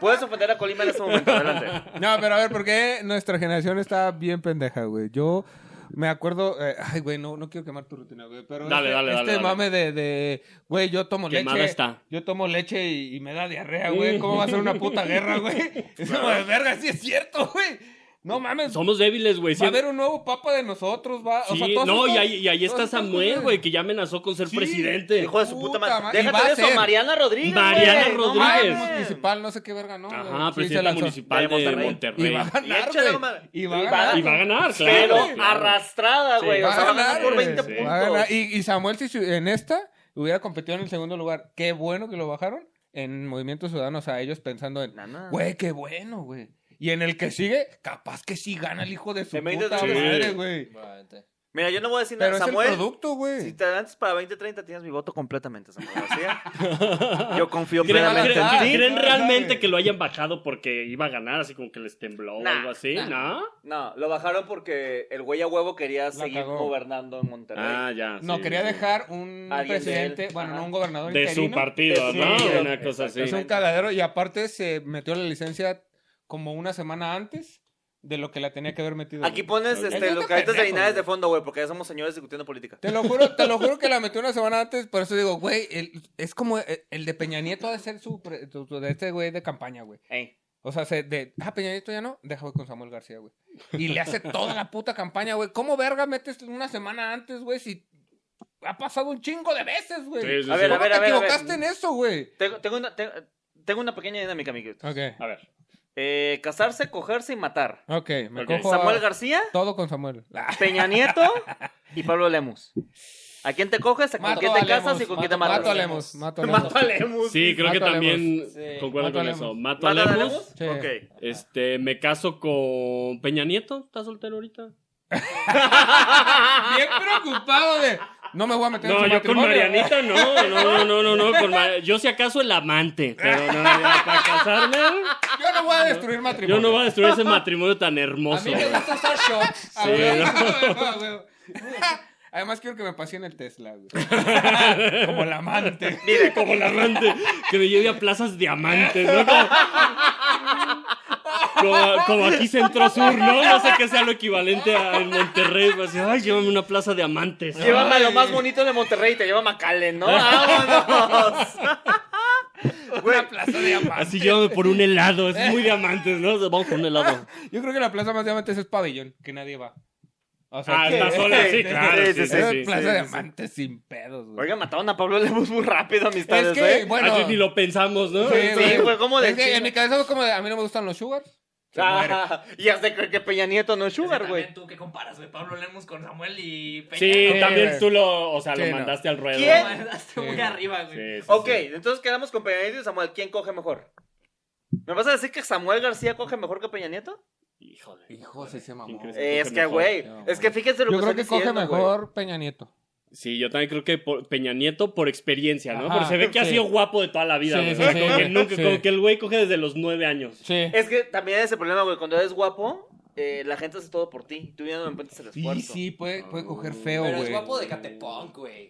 Puedes ofender a Colima en este momento, adelante. No, pero a ver, porque nuestra generación está bien pendeja, güey? Yo me acuerdo. eh, ay, güey, no, no quiero quemar tu rutina, güey. Pero Dale, este, dale, dale, este dale. mame de, de. Güey, yo tomo Quemada leche. está. Yo tomo leche y, y me da diarrea, güey. ¿Cómo va a ser una puta guerra, güey? Es como de verga, sí es cierto, güey. No mames. Somos débiles, güey. Va a siempre- haber un nuevo papa de nosotros, va. o Sí, sea, todos no, estos- y ahí, y ahí todas está estas Samuel, cosas- güey, que ya amenazó con ser Sí, presidente. Hijo de su Puta puta madre. madre. Y va Déjate a de eso, ser. Mariana Rodríguez. Mariana güey, no Ah, Rodríguez. mames. el municipal, no sé qué verga, no. güey. Ajá, Sí, se presidenta lanzó. municipal De de Monterrey. Y va Monterrey. a ganar, échale, güey. comadre. Y va a Y va a ganar. Y va a ganar, Pero claro. claro. arrastrada, Sí. güey. O Va sea, a van a ganar por güey. 20 Sí. puntos. Va a ganar. Y, y Samuel, si su- en esta hubiera competido en el segundo lugar, qué bueno que lo bajaron en Movimiento Ciudadano. O sea, ellos pensando en, Nana. güey, qué bueno, güey. Y en el que sigue, capaz que sí gana el hijo de su Te me dices- puta Sí. madre, güey. Probablemente. Mira, yo no voy a decir Pero nada, es Samuel. el producto, Si güey. te adelantas para 2030 tienes mi voto completamente, Samuel García. Yo confío ¿Creen, plenamente creen- Ah, en ti. creen no, realmente sabe. que lo hayan bajado porque iba a ganar, así como que les tembló o Nah, algo así? nah. ¿No? No, lo bajaron porque el güey a huevo quería seguir cagó. gobernando en Monterrey. Ah, ya. No, sí, quería sí. dejar un Alguien de él. presidente, bueno, Ajá. no un gobernador De su interino. partido, Sí, ¿no? sí. Una cosa así. Es un cagadero y aparte se metió la licencia como una semana antes de lo que la tenía que haber metido. Aquí güey. pones Ok. este, Eso los está cadetes de pendejo, Linares de güey. fondo, güey, porque ya somos señores discutiendo política. Te lo juro, te lo juro que la metió una semana antes, por eso digo, güey, el- es como el, el de Peña Nieto ha de ser su, pre- su- su- de este güey de campaña, güey. Ey. O sea, se- de, ah, Peña Nieto ya no, deja voy con Samuel García, güey. Y le hace toda la puta campaña, güey. ¿Cómo verga metes una semana antes, güey, si ha pasado un chingo de veces, güey? Sí, sí, A sí. ver, a ¿Cómo ver, te a ver, a ver. equivocaste en eso, güey? Tengo, tengo una, tengo, tengo una pequeña dinámica, amiguitos. Ok, A ver. Eh, casarse, cogerse y matar. ok, me Ok. cojo a- Samuel García, todo con Samuel. Peña Nieto y Pablo Lemus. ¿A quién te coges? ¿A con Mato quién a te casas Lemus, y con quién te mato- matas? Mato a Lemus, mato a Lemus. Mato a Lemus. Sí, creo que Mato a también Sí. concuerdo Mato a con Lemus. eso. Mato a ¿Matas a Lemus. Lemus? Sí. Ok. Este, me caso con Peña Nieto. ¿Está soltero ahorita? Bien preocupado de... No me voy a meter en No, su yo con matrimonio. Marianita no, no, no, no, no, no, con Ma- yo si acaso el amante, pero no, ya, para casarme, Yo no voy a destruir matrimonio. yo no voy a destruir ese matrimonio tan hermoso. A mí me güey. gusta usar shots. A Sí, huevo, ¿no? a huevo, a huevo. Además quiero que me pase en el Tesla, güey. Como el amante. Mire, Como el amante, que me lleve a plazas diamantes, ¿no? Como, como- como aquí Centro Sur, ¿no? No sé qué sea lo equivalente a en Monterrey, pues, así, ay, llévame a una plaza de amantes. Llévame a lo más bonito de Monterrey, te lleva Macalen, ¿no? ¡Vámonos! Güey, Una plaza de amantes. Así llévame por un helado, es muy diamantes, ¿no? Vamos por un helado. Yo creo que la plaza más de amantes es pabellón, que nadie va. O Ah, que- está sola, sí, claro. Sí, sí, sí. Es sí. plaza sí, de sí. amantes sin pedos, güey. oiga, mataron a Pablo Lemus muy rápido, Es amistades, que, ¿eh? bueno... Así ni lo pensamos, ¿no? sí, güey. fue como de Es que chinga. en mi cabeza fue como de, a mí no me gustan los sugars. Se muere. Ah, y hasta creo que Peña Nieto no es Sugar, güey. ¿Tú qué comparas, güey? Pablo Lemus con Samuel y Peña. Sí, Sí, también güey. tú lo, o sea, Sí, lo no. mandaste al ruedo. ¿Quién? Mandaste muy Sí. arriba, güey. Sí, sí, Ok, sí. entonces quedamos con Peña Nieto y Samuel. ¿Quién coge mejor? ¿Me vas a decir que Samuel García coge mejor que Peña Nieto? Híjole. Hijo, sí se ¿Quién mamó. crees? Yo Eh, coge es que, mejor. güey, No, es que fíjense lo que creo estoy que coge diciendo, güey. mejor Peña Nieto. Sí, yo también creo que por- Peña Nieto por experiencia, ¿no? Ajá, Pero se ve que ha sí. sido guapo de toda la vida, Sí, güey. sí, Como sí, que güey. nunca- Sí. como que el güey coge desde los nueve años. Sí. Es que también es el problema, güey. Cuando eres guapo, eh, la gente hace todo por ti. Tú ya no encuentras el Y esfuerzo. sí, puede, puede coger feo, Pero güey. es guapo de Catepunk, güey.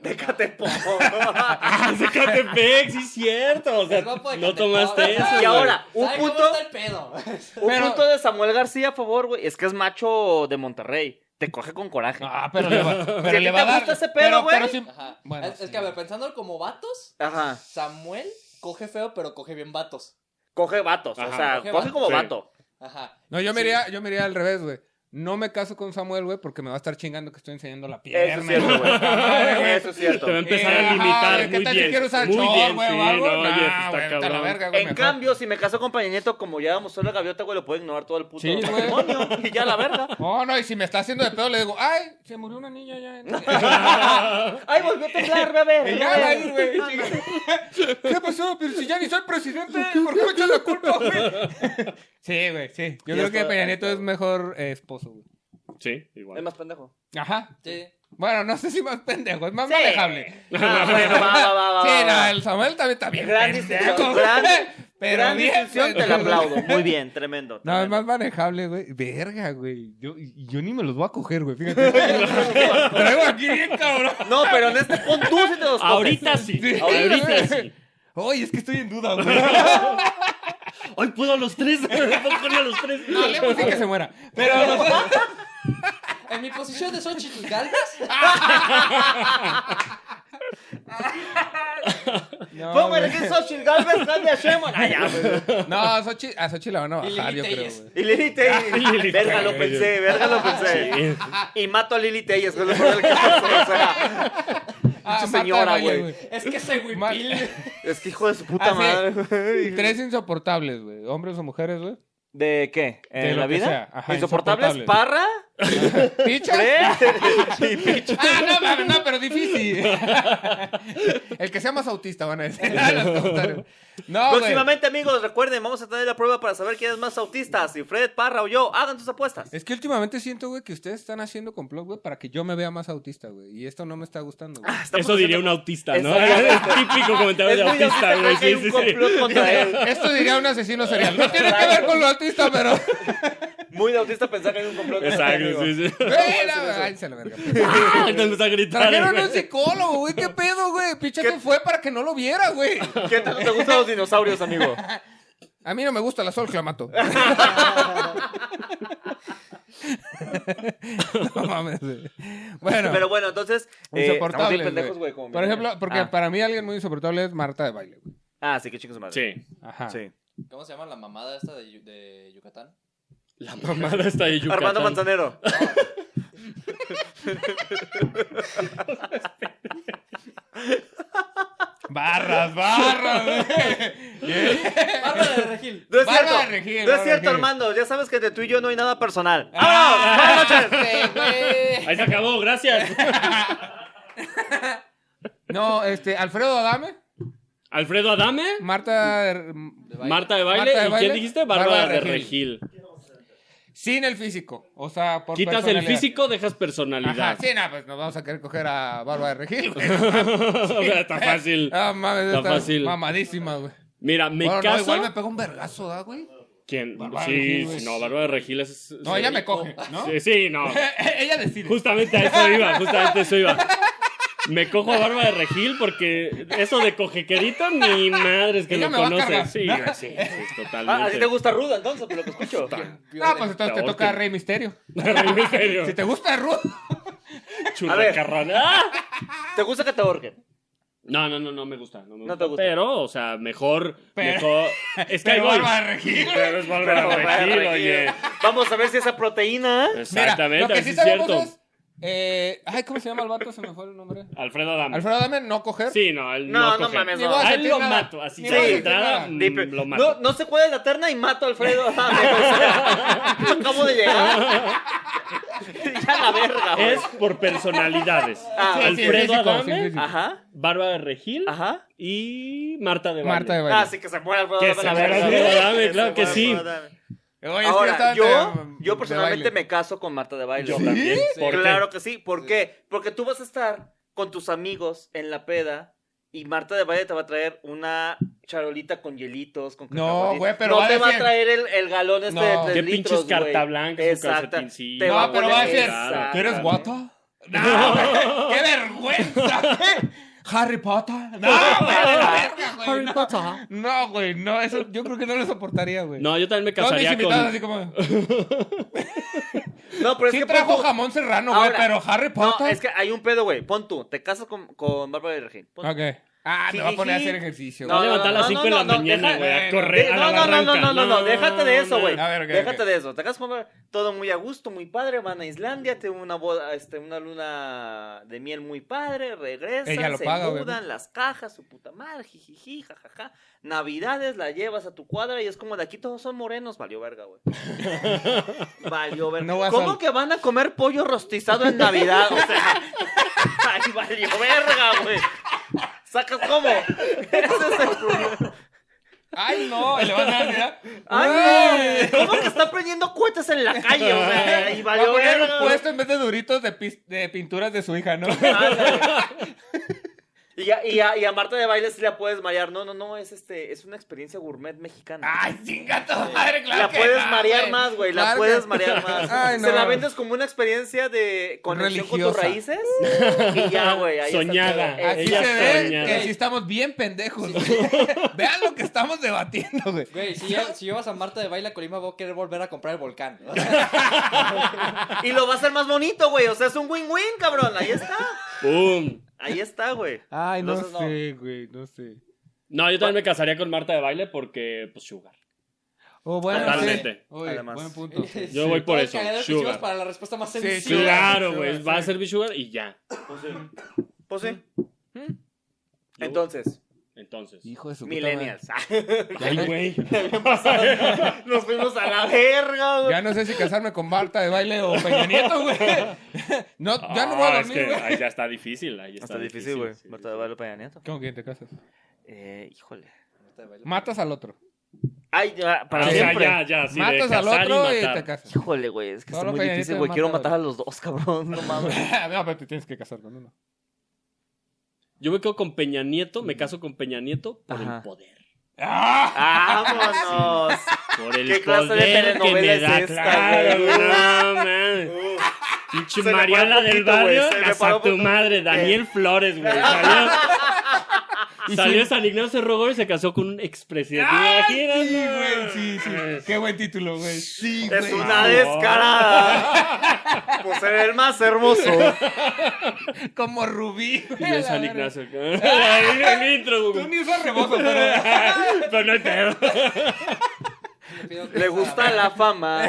Déjate po. ¡Ah, de Catepec! Sí, es cierto. O sea, Es guapo de no Catepec. tomaste eso. Y güey. ahora, un ¿Saben punto, cómo está el pedo? un Pero- punto de Samuel García a favor, güey. Es que es macho de Monterrey. Te coge con coraje. Ah, pero le va, pero Si a le ti va te a gusta dar. ese pedo, pero, güey. pero sí- Ajá. Bueno, es, es sí. que, a ver, pensando como vatos, Ajá. Samuel coge feo, pero coge bien vatos. Coge vatos. o Ajá. sea, coge, Coge como vatos. vato. Ajá. No, yo me Sí. iría, yo me iría al revés, güey. No me caso con Samuel, güey, porque me va a estar chingando que estoy enseñando la Eso pierna. Ah, es cierto, güey. Eso es Te va a cierto. empezar Eh, a ajá, limitar. ¿qué muy tal si bien. quiero usar muy short, bien, güey, sí, o algo? no, Nah, oye, está güey, vete a la cabrón. verga, güey, En mejor. cambio, si me caso con Peña Nieto, como ya mostró la gaviota, güey, lo puedo ignorar todo el puto Sí, güey. matrimonio. Y ya la verga. Oh, No, no, y si me está haciendo de pedo, le digo, ay, se murió una niña ya. Ay, volvió a temblar, ve a Y ver. ve a ya, ver. güey, güey. ¿Qué pasó? Pero si ya ni soy presidente, ¿por qué me echan la culpa, güey? Sí, güey, sí. Yo Ya creo que está. Peña Nieto es mejor eh, esposo, güey. Sí, Es igual. más pendejo. Ajá. Sí. Bueno, no sé si más pendejo, es más Sí. manejable. Ah, bueno, va, va, va, va, Sí, va, no, va. el Samuel también está bien. Gran pendejo, discusión, gran- güey, pero Gran bien discusión, te la pendejo. aplaudo. Muy bien, tremendo. No, es tremendo. más manejable, güey. Verga, güey. Yo, yo ni me los voy a coger, güey. Fíjate. Traigo aquí bien cabrón. No, pero en este punto tú sí te los coges. Ahorita sí. Sí. Ahorita sí. Oye, es que estoy en duda, güey. Hoy pudo a los tres. Puedo poner a los tres. No, le puse pues que se muera. Pero En mi posición de Xochitl Galvez. no, Pongo el güey. que Xochitl Galvez, Nadia Sheinbaum. Ah, ya, güey. No, a Sochi, a Sochi la van a Y bajar, Lili yo creo, Telles. güey. Y Lili Ah, Telles. Lili Verga, lo Telles. pensé, verga, lo pensé. Y mato a Lili Telles, que es lo peor que pasó, o sea, Ah, señora, Marta de Baile, güey. Es que ese güey Mal- pil- Es que hijo de su puta Ah, sí. madre, güey. Tres insoportables, güey. Hombres o mujeres, güey. ¿De qué? ¿En De lo la que vida? sea. Ajá, ¿Insoportables? insoportable. ¿Parra? ¿Picha? ¿Tres? Ah, no, mames, no, pero difícil. El que sea más autista, van a decir. en los comentarios. No, güey. Próximamente, amigos, recuerden, vamos a tener la prueba para saber quién es más autista, si Fred, Parra o yo. Hagan sus apuestas. Es que últimamente siento, güey, que ustedes están haciendo complot, güey, para que yo me vea más autista, güey. Y esto no me está gustando, güey. Estamos Eso diría un haciendo- autista, ¿no? Exacto. Típico comentario Es de muy autista, güey. creo que hay Sí, un sí, complot sí. contra él. Esto diría un asesino serial. No tiene que ver con lo autista, pero. Muy de autista pensar que hay un complot contra él, Exacto, sí, amigo. sí. Güey, la- Ay, se la verga. Ah, Entonces empezó a gritar. Trajeron güey. un psicólogo, güey. ¿Qué pedo, güey? Picha ¿Qué- se fue para que no lo viera, güey. ¿Qué tanto te gustan los dinosaurios, amigo? A mí no me gusta la sol clamato. no mames, güey. Bueno. Pero bueno, entonces. eh, estamos bien Insoportables, pendejos, güey. güey. como Por mi- ejemplo, porque Ah, para mí alguien muy insoportable es Marta de baile, güey. ah, sí, que chicos madre. Sí. Ajá. Sí. ¿Cómo se llama la mamada esta de, Yu- de Yucatán? La mamada está de Yucatán. Armando Manzanero. Barras, barras, güey. Bárbara de Regil. No es Bárbara cierto. de Ah, Regil, no Bárbara es cierto, de Regil. Armando. Ya sabes que entre tú y yo no hay nada personal. Ah. ¡Vámonos! ¡Buenas noches! Eh, Ahí se acabó, gracias. No, este, Alfredo Adame, Alfredo Adame, Marta de- Marta de Baile. Marta de ¿Y Baile, quién dijiste? Bárbara Bárbara de Regil. Regil. sin el físico. O sea, por Quitas el personalidad. físico, dejas Ajá, personalidad. sí, no, pues nos vamos a querer coger a Bárbara de Regil, güey. O sea, Está fácil. Ah, mames, Está está fácil. mamadísima, güey. Mira, me Bueno, no, caso. igual me pega un vergazo, ¿da, güey? ¿Quién? Bárbara de Sí, Regil, güey. sí, no, Bárbara de Regil es. No, sí. ella me coge, ¿no? Eh, Sí, sí, no. Ella decide. Justamente a eso iba, justamente a eso iba. Me cojo a Bárbara de Regil porque eso de cojequerito, ni madres que Ella lo me va a cargar. conoces. Sí, güey, sí, sí, Ah, así te totalmente. gusta Ruda, entonces, por lo que escucho. Ah, pues entonces te Ahorita. toca Rey Misterio. En serio. Si te gusta Ruth. Churracarrón. ¡Ah! ¿Te gusta que te ahorquen? No, no, no, no me gusta. No, me No te gusta. Pero, o sea, mejor. Pero- mejor es que ahí Pero voy. Bárbara de Regil. Pero es Bárbara de Regil, oye. Vamos a ver si esa proteína. Mira, Exactamente, lo que así sí es sabemos cierto. es... eh, ay, ¿cómo se llama el vato? Se me fue el nombre. Alfredo Adame. Alfredo Adame, no coger. Sí, no, él No, no. no coge. mames, Ni no. voy a A él sentir lo nada. mato, así Ni de voy a sentir entrada, nada. mm, Ni pe- lo No, mato. no sé cuál es la terna y mato a Alfredo. Adame, o sea, yo acabo de llegar. ya la verga, güey. Es por personalidades. Ah, sí, Alfredo físico, sí, Adame, físico. Ajá, Bárbara de Regil ajá. y Marta de Baile. Marta de baile. Ah, sí, que se muera Alfredo Que Adame, se la muera verga, Alfredo güey. Adame, se claro que muera sí. Alfredo Adame. Oye, es que Ahora, estaba yo, de- yo de personalmente baile. me caso con Marta de baile. um, Yo también. ¿Por qué? Claro que sí. ¿Por qué? Porque tú vas a estar con tus amigos en la peda y Marta de Valle te va a traer una charolita con hielitos, con No, cacahuatitos. güey, pero No va a te va a decir- traer el, el galón este No. de tres Qué litros, pinches carta güey. blanca, su Exacta. calcetincillo. Te No, va pero va a poner- decir, Exacto. ¿tú eres guato? ¡No! güey, ¡Qué vergüenza! güey. ¿Harry Potter? ¡No, güey! la verga, güey, no. No, güey, no, eso yo creo que no lo soportaría, güey. No, yo también me Todos mis casaría con. invitados así como... No, pero es Sí que trajo pon tú- jamón serrano, güey, Ahora, pero Harry No, Potter... es que hay un pedo, güey. Pon tú, te casas con, con Bárbara de Regil. Pon- Ok. Ah, Sí, me va a poner a sí. hacer ejercicio. Va a No, levantar a las no, 5 de no, la no, mañana, deja- güey, a no, correr a no, la no, no, no, barranca. no, no, no, déjate de eso, güey. A ver, ok, déjate ok. de eso. Te casas con Bárbara, todo muy a gusto, muy padre, van a Islandia, tienen una boda, este, una luna de miel muy padre, regresan, Ella lo se paga, mudan, obviamente. las cajas, su puta madre, jijiji, jajaja. Navidades la llevas a tu cuadra y es como de aquí todos son morenos, valió verga, güey. valió verga. No vas ¿Cómo al- que van a comer pollo rostizado en Navidad? O sea, ay, valió verga, güey. ¿Sacas cómo? Ese es el problema. Ay, no, y le van a dar, ¿verdad? ¡Ay! ¿Cómo que está prendiendo cohetes en la calle? O sea, y Va a valió poner verga. un puesto en vez de duritos de, pis- de pinturas de su hija, ¿no? Ah, Ándale. Y a, y, a, y a Marta de baile sí la puedes marear. No, no, no, es este, es una experiencia gourmet mexicana. ¡Ay, chinga tu madre, claro la que puedes no, marear güey. más, güey. La Claro puedes que- marear más. Ay, Se no. la vendes como una experiencia de conexión con tus Religiosa. raíces. Y ya, güey. ahí está Soñada. todo. Eh, Aquí ella se ve soñaba. que sí estamos bien pendejos. Vean lo que estamos debatiendo, güey. Güey, si, lle- si llevas a Marta de baile a Colima, voy a querer volver a comprar el volcán. Y lo va a hacer más bonito, güey. O sea, es un win-win, cabrón. Ahí está. ¡Pum! Ahí está, güey. Ay, no no Entonces, no. sé, güey, no sé. No, yo también me casaría con Marta de baile porque, pues, sugar. Oh, bueno, sí. Totalmente. Oye, Además. buen punto. Yo voy por Todo el eso, cagadero que sugar. hicimos para la respuesta más Sí, sencilla. sí, Claro, sugar, güey. sugar, Va a sí. ser mi sugar y ya. Pues sí. Pues sí. Yo- Entonces, Entonces. Hijo de su puta millennials. Ay, güey. Nos fuimos a la verga, madre. güey. Ya no sé si casarme con Marta de baile o Peña Nieto, güey. No, ya no voy Ah, a es que dormir, güey. ahí ya está difícil. Ahí está, Está difícil, güey. sí, Marta sí. de Baile Peña Nieto. ¿Con quién te casas? Eh, híjole. Marta de baile. Matas al otro. Ay, ya, para o sea, siempre. ya, ya. Sí, Matas de al casar otro y, y, matar. te casas. Híjole, güey. Es que Todo está lo muy que ya difícil, te güey. Quiero mata, matar a los dos, cabrón. No mames. no, pero te tienes que casar con uno. Yo me quedo con Peña Mm. Nieto, me caso con Peña Nieto por Ajá. el poder. ¡Ah! ¡Vámonos! Por el ¿Qué clase de poder que telenovela me es da. esta, claro, güey? no, man. Pinche Se le Mariana paró un del poquito, güey, barrio, se le paró casa un tu poquito. madre, Daniel Flores, güey. Salió, salió de San Ignacio Rogó y se casó con un expresidente. Sí, Imagínate, Eh, güey, sí, sí. Qué buen título, güey. Sí, Es güey. una descarada. Pues era el más hermoso. Como Rubí. Y güey, yo de la San verga. Ignacio. cabrón. Ahí en el intro, Tú güey. ni usas rebozo, pero... Pero no hay pedo. Le pido que Le sea- gusta la fama.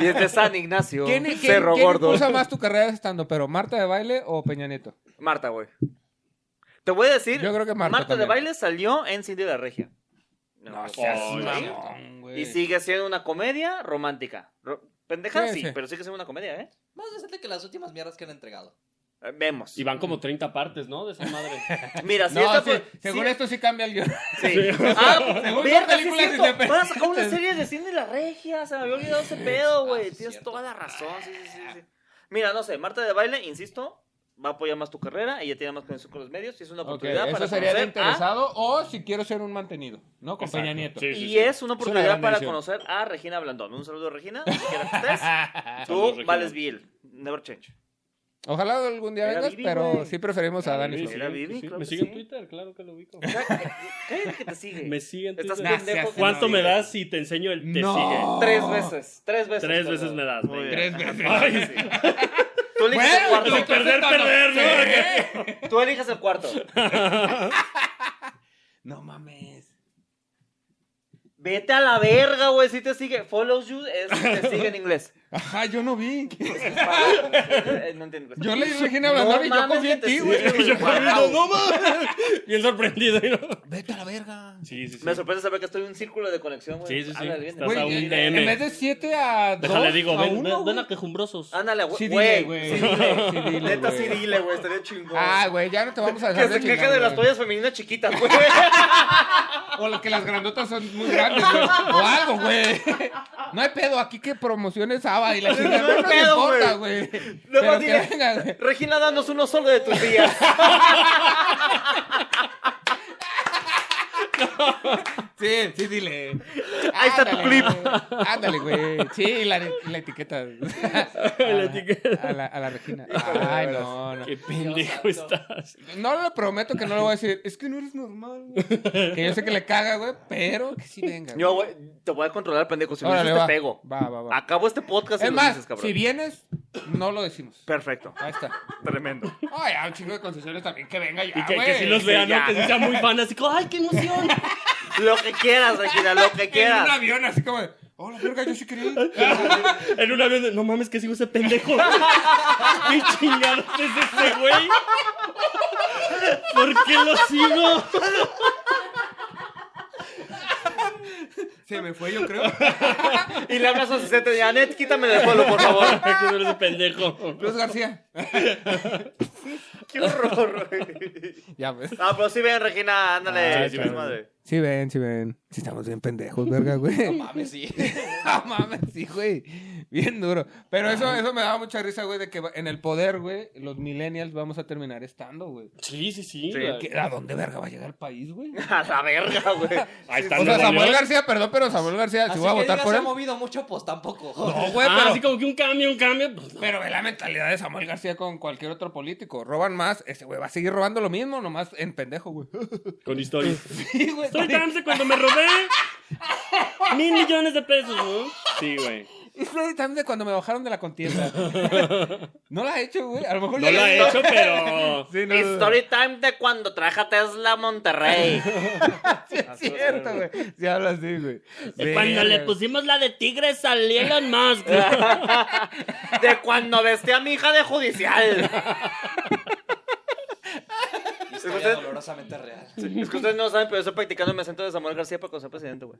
Y es de San Ignacio. ¿Quién, quién, Cerro quién Gordo. impulsa más tu carrera estando, pero Marta de baile o Peña Nieto? Marta, güey. Te voy a decir. Yo creo que Marta de también. baile salió en Cindy la Regia. No, seas sí. mamón. Pues Y sigue siendo una comedia romántica. Ro- pendeja, Sí, sí, sí. pero sigue siendo una comedia, ¿eh? Más decente que las últimas mierdas que han entregado. Eh, Vemos. Y van como 30 partes, ¿no? De esa madre. Mira, si No, esta sí, fue- según sí, esto sí cambia el guión. sí. Ah, Según son verga, sí películas es cierto. Van a independientes. Ah, sacar una serie de Cindy la Regia. Se me había olvidado ese pedo, güey. sí es Tienes cierto. toda la razón. Sí, sí, sí, sí. Mira, no sé, Marta de baile, insisto, va a apoyar más tu carrera. Ella tiene más conexión con los medios y es una Ok, oportunidad para eso sería de conocer ah. a- interesado o si quiero ser un mantenido, ¿no? Con Peña Exacto. Nieto. Sí, sí, Y sí. es una oportunidad gran para edición. conocer a Regina Blandón. Un saludo, Regina. donde quiera que estés. Saludos, Tú Regina. vales Bill. Never change. Ojalá algún día Era vengas, Vivi, pero güey. sí preferimos a Ah, Dani. sí, Flores. Era sí, Vivi, sí, sí. claro Me que sigue sí. en Twitter, claro que lo ubico. Cállate que te sigue. Me sigue en Estás Twitter. Gracias, pendejo. que ¿Cuánto te me sigue. das si te enseño el te No. sigue? Tres veces. Tres veces. Tres perdón. veces me das, Muy venga. bien. Tres Ajá, veces. sí, sí. Tú eliges el Bueno, cuarto. Entonces, perder, perder, ¿no? Tú eliges el cuarto. No mames. Vete a la verga, güey. Si te sigue. Follows you es te sigue en inglés. Ajá, yo no vi. Eh, No entiendo inglés. Yo leí Regina Blandón y yo mames, confié en que ti, te güey. sigue, Yo Wow. corriendo, no mames. Bien sorprendido. ¿no? Vete a la verga. Sí, sí, sí. Me sorprende saber que estoy en un círculo de conexión, güey. Sí, sí, sí. Ándale, bien. Estás Güey, a un en DM. en vez de 7 a 2 Déjale, digo, a ven, uno, ven, güey. ven a Ah, quejumbrosos. Ándale, güey. Sí, dile, güey. güey. Sí, dile. Sí, dile, Neta, güey. sí, dile, güey. Estaría chingón. Ah, güey, ya no te vamos a dejar que se queje chingar, de las güey. toallas femeninas chiquitas, güey. O lo que las grandotas son muy grandes, güey. O algo, güey. No hay pedo aquí que promociones ABA y la chingada. No hay No, nos pedo, importa, güey. Luego Pero dile- que venga, güey. Regina, danos uno solo de tus días. Sí, sí, dile. Ahí está tu clip. Ándale, güey. Sí, la, la etiqueta. la etiqueta. A la, a la Regina. Ay, no, no. Qué pendejo estás. No le prometo que no le voy a decir, es que no eres normal. güey". Que yo sé que le caga, güey, pero que sí venga. Yo, güey. güey, te voy a controlar, pendejo. Si me Órale, dices, te va. pego. Va, va, va. Acabo este podcast y Es lo más, dices, cabrón. si vienes, no lo decimos. Perfecto. Ahí está. Tremendo. Ay, a un chingo de concesiones también que venga ya, Y que, güey. que sí los vean, ¿no? ya. Que sí sean muy fan, así como, ¡ay, qué emoción! Lo que quieras, Regina, lo que En un quieras. avión así como de, hola, verga, yo sí quería ir". en un avión, de, no mames, que sigo ese pendejo. ¿Qué chingados es ese güey? ¿Por qué lo sigo? Se me fue, yo creo. Y le hablas a su asistente. Ya, Net, quítame del pueblo, por favor. ¿Por qué no eres ese pendejo? Luis García. ¡Qué horror, güey! Ya pues. ves. No, pero sí ven, Regina, ándale. Ah, sí, claro. madre. Sí ven, sí ven. Sí estamos bien pendejos, verga, güey. No mames, sí. Ah, mames, sí, güey. Bien duro. Pero eso, eso me daba mucha risa, güey, de que en el poder, güey, los millennials vamos a terminar estando, güey. Sí, sí, sí. Sí, güey. ¿Qué- ¿A dónde verga va a llegar el país, güey? A la verga, güey. Ahí está O sea, Nuevo Samuel León. García, perdón, pero Samuel García, si Así voy a que votar digas, por se él. ha movido mucho, pues tampoco. No, güey, Ah, pero, así como que un cambio, un cambio. Pues, no. pero ve la mentalidad de Samuel García con cualquier otro político. Roban más, ese güey va a seguir robando lo mismo, nomás en pendejo, güey. Con historias. Sí, güey. Soy Dance cuando me robé mil millones de pesos, ¿no? Sí, güey. Y Freddy también de cuando me bajaron de la contienda. no la he hecho, güey. A lo mejor ya No lo he hecho, pero. Sí, no, no, no. Story time de cuando traje a Tesla a Monterrey. Es cierto, güey. Si habla así, güey. Cuando Verga, le güey. pusimos la de tigre salí Elon Musk. De cuando vestí a mi hija de judicial. Historia dolorosamente real. Sí, Es que ustedes no saben, pero yo estoy practicando mi acento de Samuel García para cuando sea presidente, güey.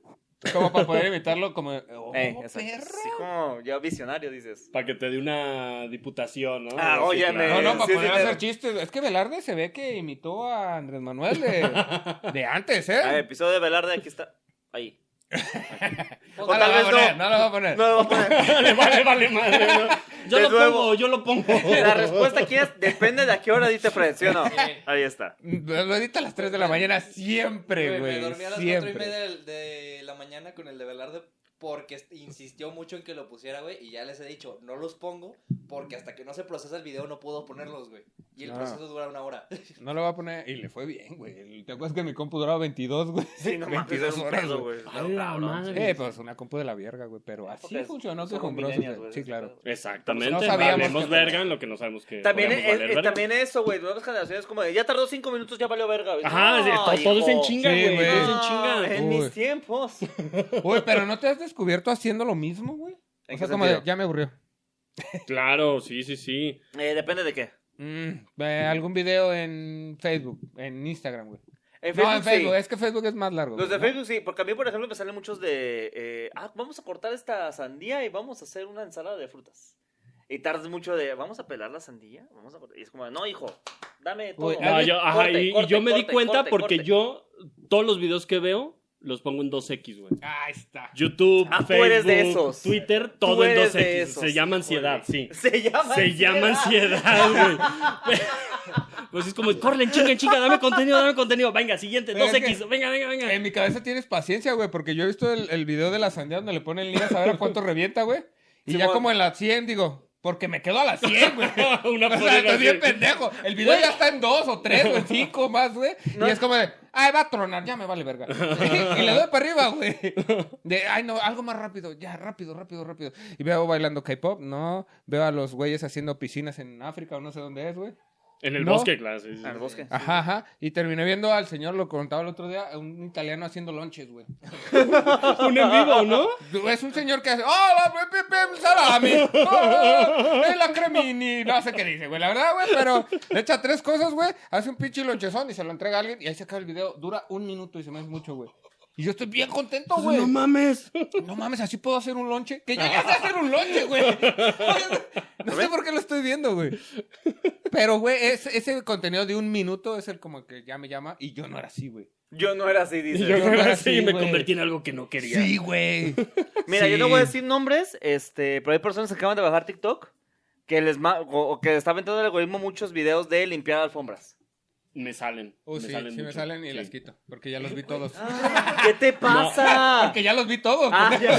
Como para poder imitarlo como... Oh, Eh, perro. exacto. Sí, como ya visionario, dices. Para que te dé una diputación, ¿no? Ah, Sí, óyeme. No, claro. no, para Sí, sí, poder pero- hacer chistes. Es que Velarde se ve que imitó a Andrés Manuel de, de antes, ¿eh? Ah, episodio de Velarde, aquí está. Ahí. no, O lo tal va a vez poner, no. no lo va a poner. No lo voy a poner. Vale, vale, vale, madre. ¿no? Yo De lo nuevo. pongo, yo lo pongo. La respuesta aquí es: depende de a qué hora diste Fred, ¿sí o no? Ahí está. Lo edita a las 3 de la mañana siempre, Güey, güey. me dormí a las cuatro y siempre. media del- de, la mañana con el de Velarde porque est- insistió mucho en que lo pusiera, güey. Y ya les he dicho, no los pongo porque hasta que no se procesa el video no puedo ponerlos, güey. Y el Ah. proceso dura una hora. No lo va a poner. Y le fue bien, güey. ¿Te acuerdas que mi compu duraba 22, güey? Sí, no mames, es 22 un horas, pedo, güey. güey. A la madre. Eh, pues una compu de la verga, güey. Pero así Ah, Porque funcionó que somos compros. millennials, güey, Sí, ese claro. pedo. Exactamente. No No sabíamos Hablemos que- verga en lo que no sabemos que. También, podemos es- valer es- verga. también eso, güey. Nuevas generaciones como de ya tardó cinco minutos, ya valió verga. güey. Ajá, No, sí, to- todo es en hijo. Ah, chinga, Sí, güey. güey. todo es en No, chinga. en Uy. mis tiempos. Uy, pero ¿no te has descubierto haciendo lo mismo, güey? ¿En O qué sea, como de, sentido? ya me aburrió. Claro, sí, sí, sí. Eh, depende de qué. Mm, eh, algún video en Facebook, en Instagram, güey. En no, en sí. Facebook, es que Facebook es más largo. Los de güey, ¿no? Facebook sí, porque a mí, por ejemplo, me salen muchos de. eh, ah, vamos a cortar esta sandía y vamos a hacer una ensalada de frutas. Y tardas mucho de. Vamos a pelar la sandía. Vamos a cortar. Y es como, no, hijo, dame todo. Uy, No, Alguien- yo, ajá, corte, y, y corte, yo me di corte, cuenta corte, porque corte. yo todos los videos que veo los pongo en 2X, güey. Ah, está. YouTube, Ah, tú Facebook, eres de esos. Twitter, Tú todo en eres 2X. de esos, Se llama híjole. ansiedad, sí. Se llama. Se llama ansiedad, güey. Pues es como, corren, chinga, chinga, dame contenido, dame contenido. Venga, siguiente, Pero es 2X, venga, venga, venga. En mi cabeza tienes paciencia, güey, porque yo he visto el, el video de la sandía donde le ponen líneas a ver a cuánto revienta, güey. Y ya Simón. como en la 100, digo, porque me quedo a la 100, güey. Una O sea, por una, estoy bien sí. pendejo. El video ya está en dos o tres o en cinco más, güey. No. Y es como de, ay, va a tronar, ya me vale verga. y le doy para arriba, güey. De, ay, no, algo más rápido, ya, rápido, rápido, rápido. Y veo bailando K-pop, no. Veo a los güeyes haciendo piscinas en África o no sé dónde es, güey. En el No. bosque, claro. sí, sí, sí. En el bosque. Ajá, ajá. Y terminé viendo al señor, lo contaba el otro día, un italiano haciendo lonches, güey. Un en vivo, ¿no? Es un señor que hace, ¡Hola, pim, pim, pim, salami! ¡Ah, ¡Es la cremini! No sé qué dice, güey, la verdad, güey, pero le echa tres cosas, güey, hace un pinche lonchezón y se lo entrega a alguien y ahí se acaba el video. Dura un minuto y se me hace mucho, güey. Y yo estoy bien contento, Pues güey. Pues, No mames. No mames, ¿así puedo hacer un lonche? ¡Que ya, ya sé hacer un lonche, güey! No sé por qué lo estoy viendo, güey. Pero, güey, es- ese contenido de un minuto es el como que ya me llama y yo no era así, güey. Yo no era así, dice. Y yo no era creo así, que me güey. convertí en algo que no quería. Sí, güey. Mira, Sí. yo no voy a decir nombres, este, pero hay personas que acaban de bajar TikTok que les ma- o, o que está aventando el algoritmo muchos videos de limpiar alfombras. Me salen. Oh, sí, sí me mucho. salen y Sí. Ah. las quito, porque ya los vi todos. ¿Qué te pasa? Porque ya los vi todos. Ah, ya.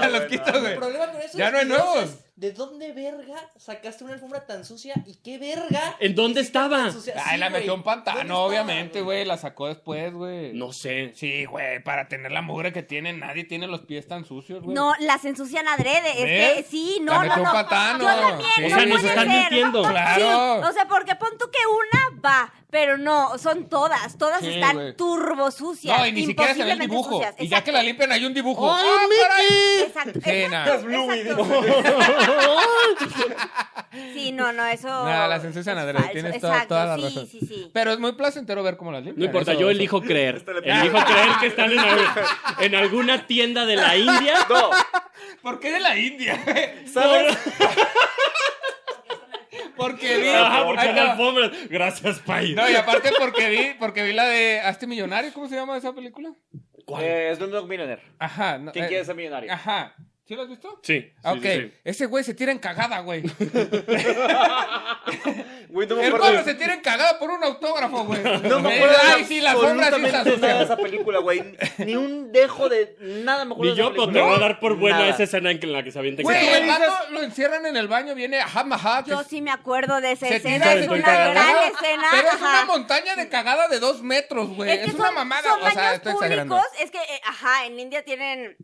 ya los quito, El Ah, güey. problema con eso Ya es no hay que no nuevos. sabes ¿De dónde verga sacaste una alfombra tan sucia? ¿Y qué verga? ¿En dónde estaba? Ay, Ah, la metió metió un pantano, obviamente, güey. La sacó después, güey. No sé. Sí, güey, para tener la mugre que tiene, nadie tiene los pies tan sucios, güey. No, las ensucian adrede. Es ¿Ves? que sí, La no, no, metió un no. patán, Yo ¿no? también, Sí. no O sea, nos puede están ser. mintiendo. Claro. Sí, o sea, porque pon tú que una va, pero no, son todas, todas Sí, están güey. turbo sucias. No, y ni siquiera se ve el imposiblemente dibujo. sucias. Y ya que la limpian, hay un dibujo. ¡Ay, ¡Ah, caray! Exacto. Sí, exacto, nada. exacto. Sí, no, no, eso. Nada, las ensucian es adrede, falso, tienes toda- exacto, toda la sí, razón. Sí, sí, Pero es muy placentero ver cómo las limpian. No importa, eso- yo eso. elijo creer. Este le pega. Elijo creer que están en, al- en alguna tienda de la India. No, ¿Por qué de la India, güey? ¿sabes? Porque vi. Ajá, porque Ahí en te va. alfombra. Gracias, Pai. No, y aparte porque vi, porque vi la de Hazte Millonario, ¿cómo se llama esa película? Eh, Slumdog Millionaire. Ajá. No, ¿Quién eh, quiere ser millonario? Ajá. ¿Sí lo has visto? Sí. sí, Ah, ok, sí, sí. ese güey se tira en cagada, güey. Güey, no me Hermano, acuerdo. se tira en cagada por un autógrafo, güey. Eh, No me acuerdo Ay, sí, la sombra sí se absolutamente nada de asocia. esa película, güey. Ni un dejo de nada me acuerdo Ni de esa yo, pero te película. voy a dar por buena Nada. esa escena en la que se avienta. Güey, que- el vato lo encierran en el baño, viene ajá, ajá. que Yo es- sí me acuerdo de esa se escena. tira Es en una cagada. gran escena. Pero es ajá. una montaña de cagada de dos metros, güey. Es, que una son- mamada. Son o sea, baños estoy exagerando. públicos. Es que, eh, ajá, en India tienen.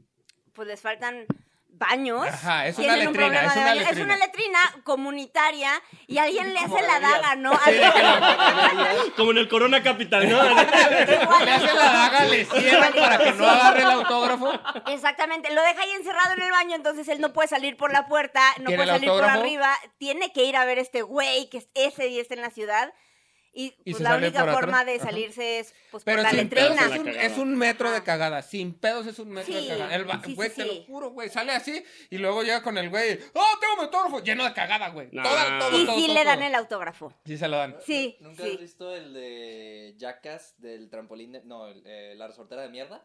Pues les faltan baños. Ajá, es una Tienen letrina, problema es de una baño. Es letrina. una letrina comunitaria y alguien le hace la deberías. daga, ¿no? Alguien- Como en el Corona Capital, ¿no? igual. Le hace la daga, le cierran para que no agarre el autógrafo. Exactamente, lo deja ahí encerrado en el baño, entonces él no puede salir por la puerta, no ¿Quiere puede el salir autógrafo? por arriba, tiene que ir a ver a este güey que es ese día está en la ciudad y, Y pues, se la sale única por atrás. forma de Ajá. salirse es pues, Pero por la sin letrina. pedos es letrina. un, La cagada. es un metro de cagada. Sin pedos es un metro Sí, de cagada. El va- sí, sí, güey, te sí. lo juro, güey. Sale así y luego llega con el güey. ¡Oh, tengo mi autógrafo! Lleno de cagada, güey. No. Toda- todo, Y todo, sí todo, le todo. dan el autógrafo. Sí se lo dan. Sí, ¿Nunca has sí. visto el de Jackass del trampolín de... No, el, eh, la resortera de mierda?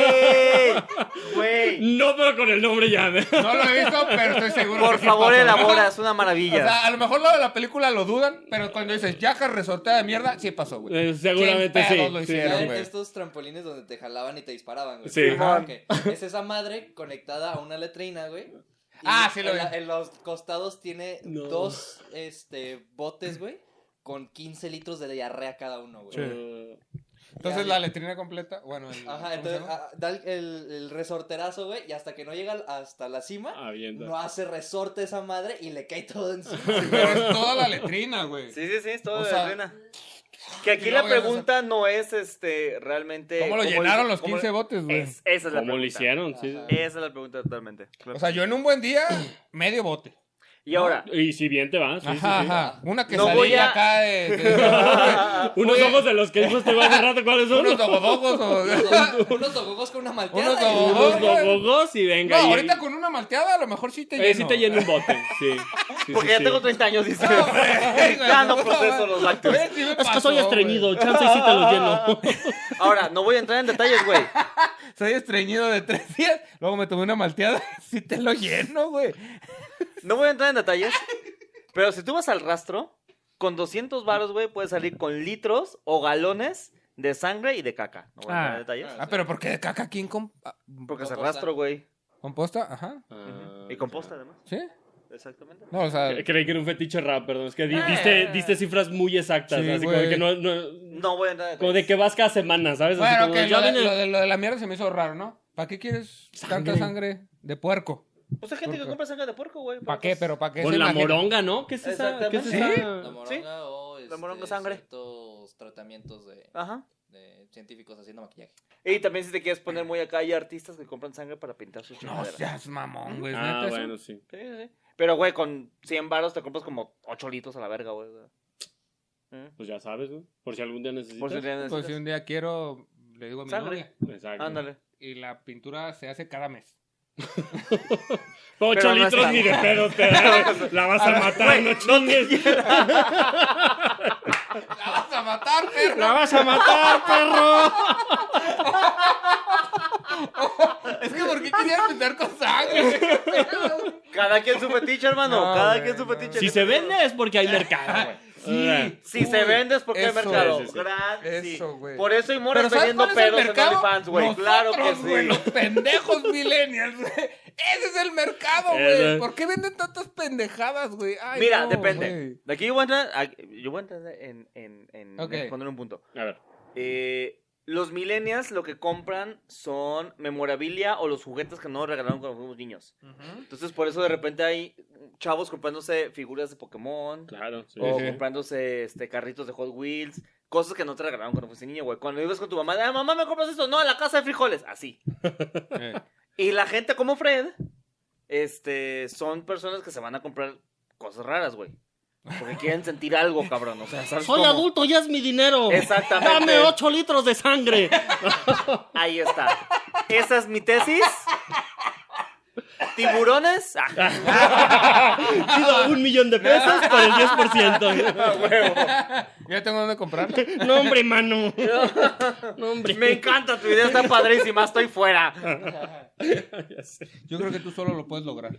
Güey. Güey. No, pero con el nombre ya. ¿no? No lo he visto, pero estoy seguro. Por que sí favor, pasó. elabora, es una O maravilla. sea, a lo mejor lo de la película lo dudan, pero cuando dices Jackass resortea de mierda, sí pasó, güey. Eh, seguramente Sin pedos sí, lo sí. hicieron, Eran güey. estos trampolines donde te jalaban y te disparaban, güey. Sí. Ajá, ok. Es esa madre conectada a una letrina, güey. Y Ah, sí lo en, vi. la- en los costados tiene No. dos este, botes, güey, con 15 litros de diarrea cada uno, güey. Eh, Entonces la letrina completa, bueno. el- ¿cómo Ajá, se entonces llama? ah, da el, el- el resorterazo, güey, y hasta que no llega al- hasta la cima, avienta. no hace resorte esa madre y le cae todo encima. Pero es toda la letrina, güey. Sí, sí, sí, es todo O de sea, arena. Que aquí y la luego ya pregunta no es este realmente. ¿Cómo lo llenaron los cómo- 15 botes, güey? Es- esa es la ¿Cómo lo pregunta. hicieron? Sí. Ajá. Esa es la pregunta totalmente. O sea, yo en un buen día, medio bote. y ahora, Y si bien te va, sí, sí, Ajá, sí. ajá. Una que voy a- acá de. de- Unos Oye, ojos de los que dijimos te iba hace rato, ¿cuáles son? Unos dogogos o. Unos- Unos togogos con una malteada. Unos y- togogos. Unos dogogos y No, venga. y- ahorita con una malteada a lo mejor sí te lleno. Eh, sí te llena un bote, sí. Sí, porque sí, ya sí. tengo 30 años, dice. No, güey, güey, ya no no, proceso güey. los lácteos. Güey, sí me Es que pasó, soy güey. estreñido, chance y sí te los lleno. Ahora, no voy a entrar en detalles, güey. Soy estreñido de tres días. Luego me tomé una malteada. Sí te lo lleno, güey. No voy a entrar en detalles. Pero si tú vas al rastro, con 200 varos, güey, puedes salir con litros o galones de sangre y de caca. No voy a entrar en Ah. detalles. Ah, pero ¿por qué de caca quién comp ah, Porque es el Composta. rastro, güey. composta? Ajá. y composta, además. Ah, ¿Sí? Exactamente. No, o sea. Creí que era un fetiche rap, perdón. Es que di- Ah. diste, diste cifras muy exactas. Sí, así como güey. que no, no- No voy a entrar en Como detalles. de que vas cada semana, ¿sabes? Así Bueno, como, que yo lo de, vine- lo de- lo de la mierda se me hizo raro, ¿no? ¿Para qué quieres tanta Sangre. sangre de puerco? Pues hay gente que Porque- compra sangre de puerco, güey. ¿Para qué? ¿Pero para qué? se Pues, Con la imagina? moronga, ¿no? ¿Qué es esa? ¿Qué es Exactamente. esa? Ah, ¿Sí? La moronga o este, moronga sangre. ciertos tratamientos Ah, de, Ajá. de científicos haciendo maquillaje. Y también si te quieres poner muy acá, hay artistas que compran sangre para pintar sus No chingaderas. seas mamón, güey. Ah, Pues ¿neta eso? bueno, sí. Sí, sí, sí. Pero, güey, con 100 varos te compras como 8 litros a la verga, güey. ¿Eh? Pues ya sabes, ¿no? Por si algún día necesitas. Por si te Pues si necesitas. un día quiero, le digo a mi Sangre. novia. Exacto. Ándale. Y la pintura se hace cada mes. Ocho Pero no litros está. ni de pedo te da, güey. La vas a matar, no chingues. ¡La vas a matar, perro! La vas a matar, perro. Es que ¿por qué querías pintar con sangre? ¿Qué pedo, güey? Cada quien su fetiche, hermano. No, Cada güey, quien su no. fetiche. Si se vende es porque hay mercado, güey. Sí. Si se Uy, vende es porque hay eso, mercado. sí, sí, sí. Gran- sí. Eso, güey. Por eso hay moras Pero ¿sabes vendiendo cuál es el pedos en mercado? OnlyFans, güey. Claro que Nosotros, güey, sí. los pendejos millennials, güey. Ese es el mercado, Eh, güey. eh. ¿Por qué venden tantas pendejadas, güey? Ay, Mira, no, depende. güey. De aquí yo voy a entrar, a- yo voy a entrar en, en, en Ok. en poner un punto. A ver. Eh, los millennials lo que compran son memorabilia o los juguetes que no nos regalaron cuando fuimos niños. Entonces, por eso de repente hay chavos comprándose figuras de Pokémon Claro, sí. o sí. comprándose este, carritos de Hot Wheels, cosas que no te regalaron cuando fuiste niño, güey. Cuando ibas con tu mamá, "Ah, mamá, me compras esto. No, a la casa de frijoles. Así. Y la gente como Fred, este, son personas que se van a comprar cosas raras, güey. Porque quieren sentir algo, cabrón. O sea, ¿sabes Soy cómo? adulto, ya es mi dinero. Exactamente. Dame 8 litros de sangre. Ahí está. Esa es mi tesis. Tiburones. Ah, Pido un millón de pesos por el Ah, 10%. Ya tengo dónde comprarla. No, hombre, mano. No, hombre. me encanta tu idea, está padrísima, estoy fuera. Ya sé. Yo creo que tú solo lo puedes lograr.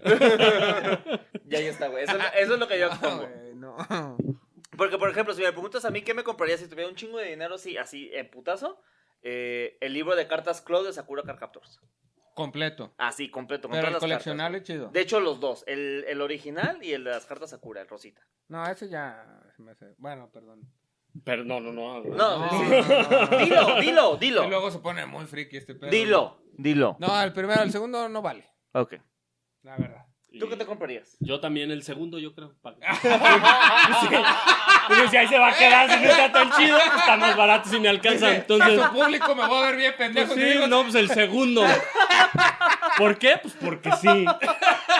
Ya, ya está, güey. Eso, es lo- eso es lo que yo expongo. no. Porque, por ejemplo, si me preguntas a mí qué me compraría si tuviera un chingo de dinero así, así en putazo, eh, el libro de cartas Claude de Sakura Card Captors. Completo. Así, completo. con Pero todas el las coleccionable es chido. cartas. De hecho, los dos. El, el original y el de las cartas Sakura, el rosita. No, ese ya se me hace- Bueno, perdón. Pero no, no, no. No, No, sí. no, no, no. Dilo, dilo, Y dilo. luego se pone muy friki este pedo. Dilo, dilo. No, el primero, el segundo no vale. Ok. La verdad. ¿Tú qué te comprarías? Yo también el segundo, yo creo. Pa- Sí. Porque si ahí se va a quedar, si no está tan chido, pues está más barato si me alcanza. Entonces, Su público me va a ver bien pues pendejo. si sí, digo, no, pues el segundo. ¿Por qué? Pues porque sí.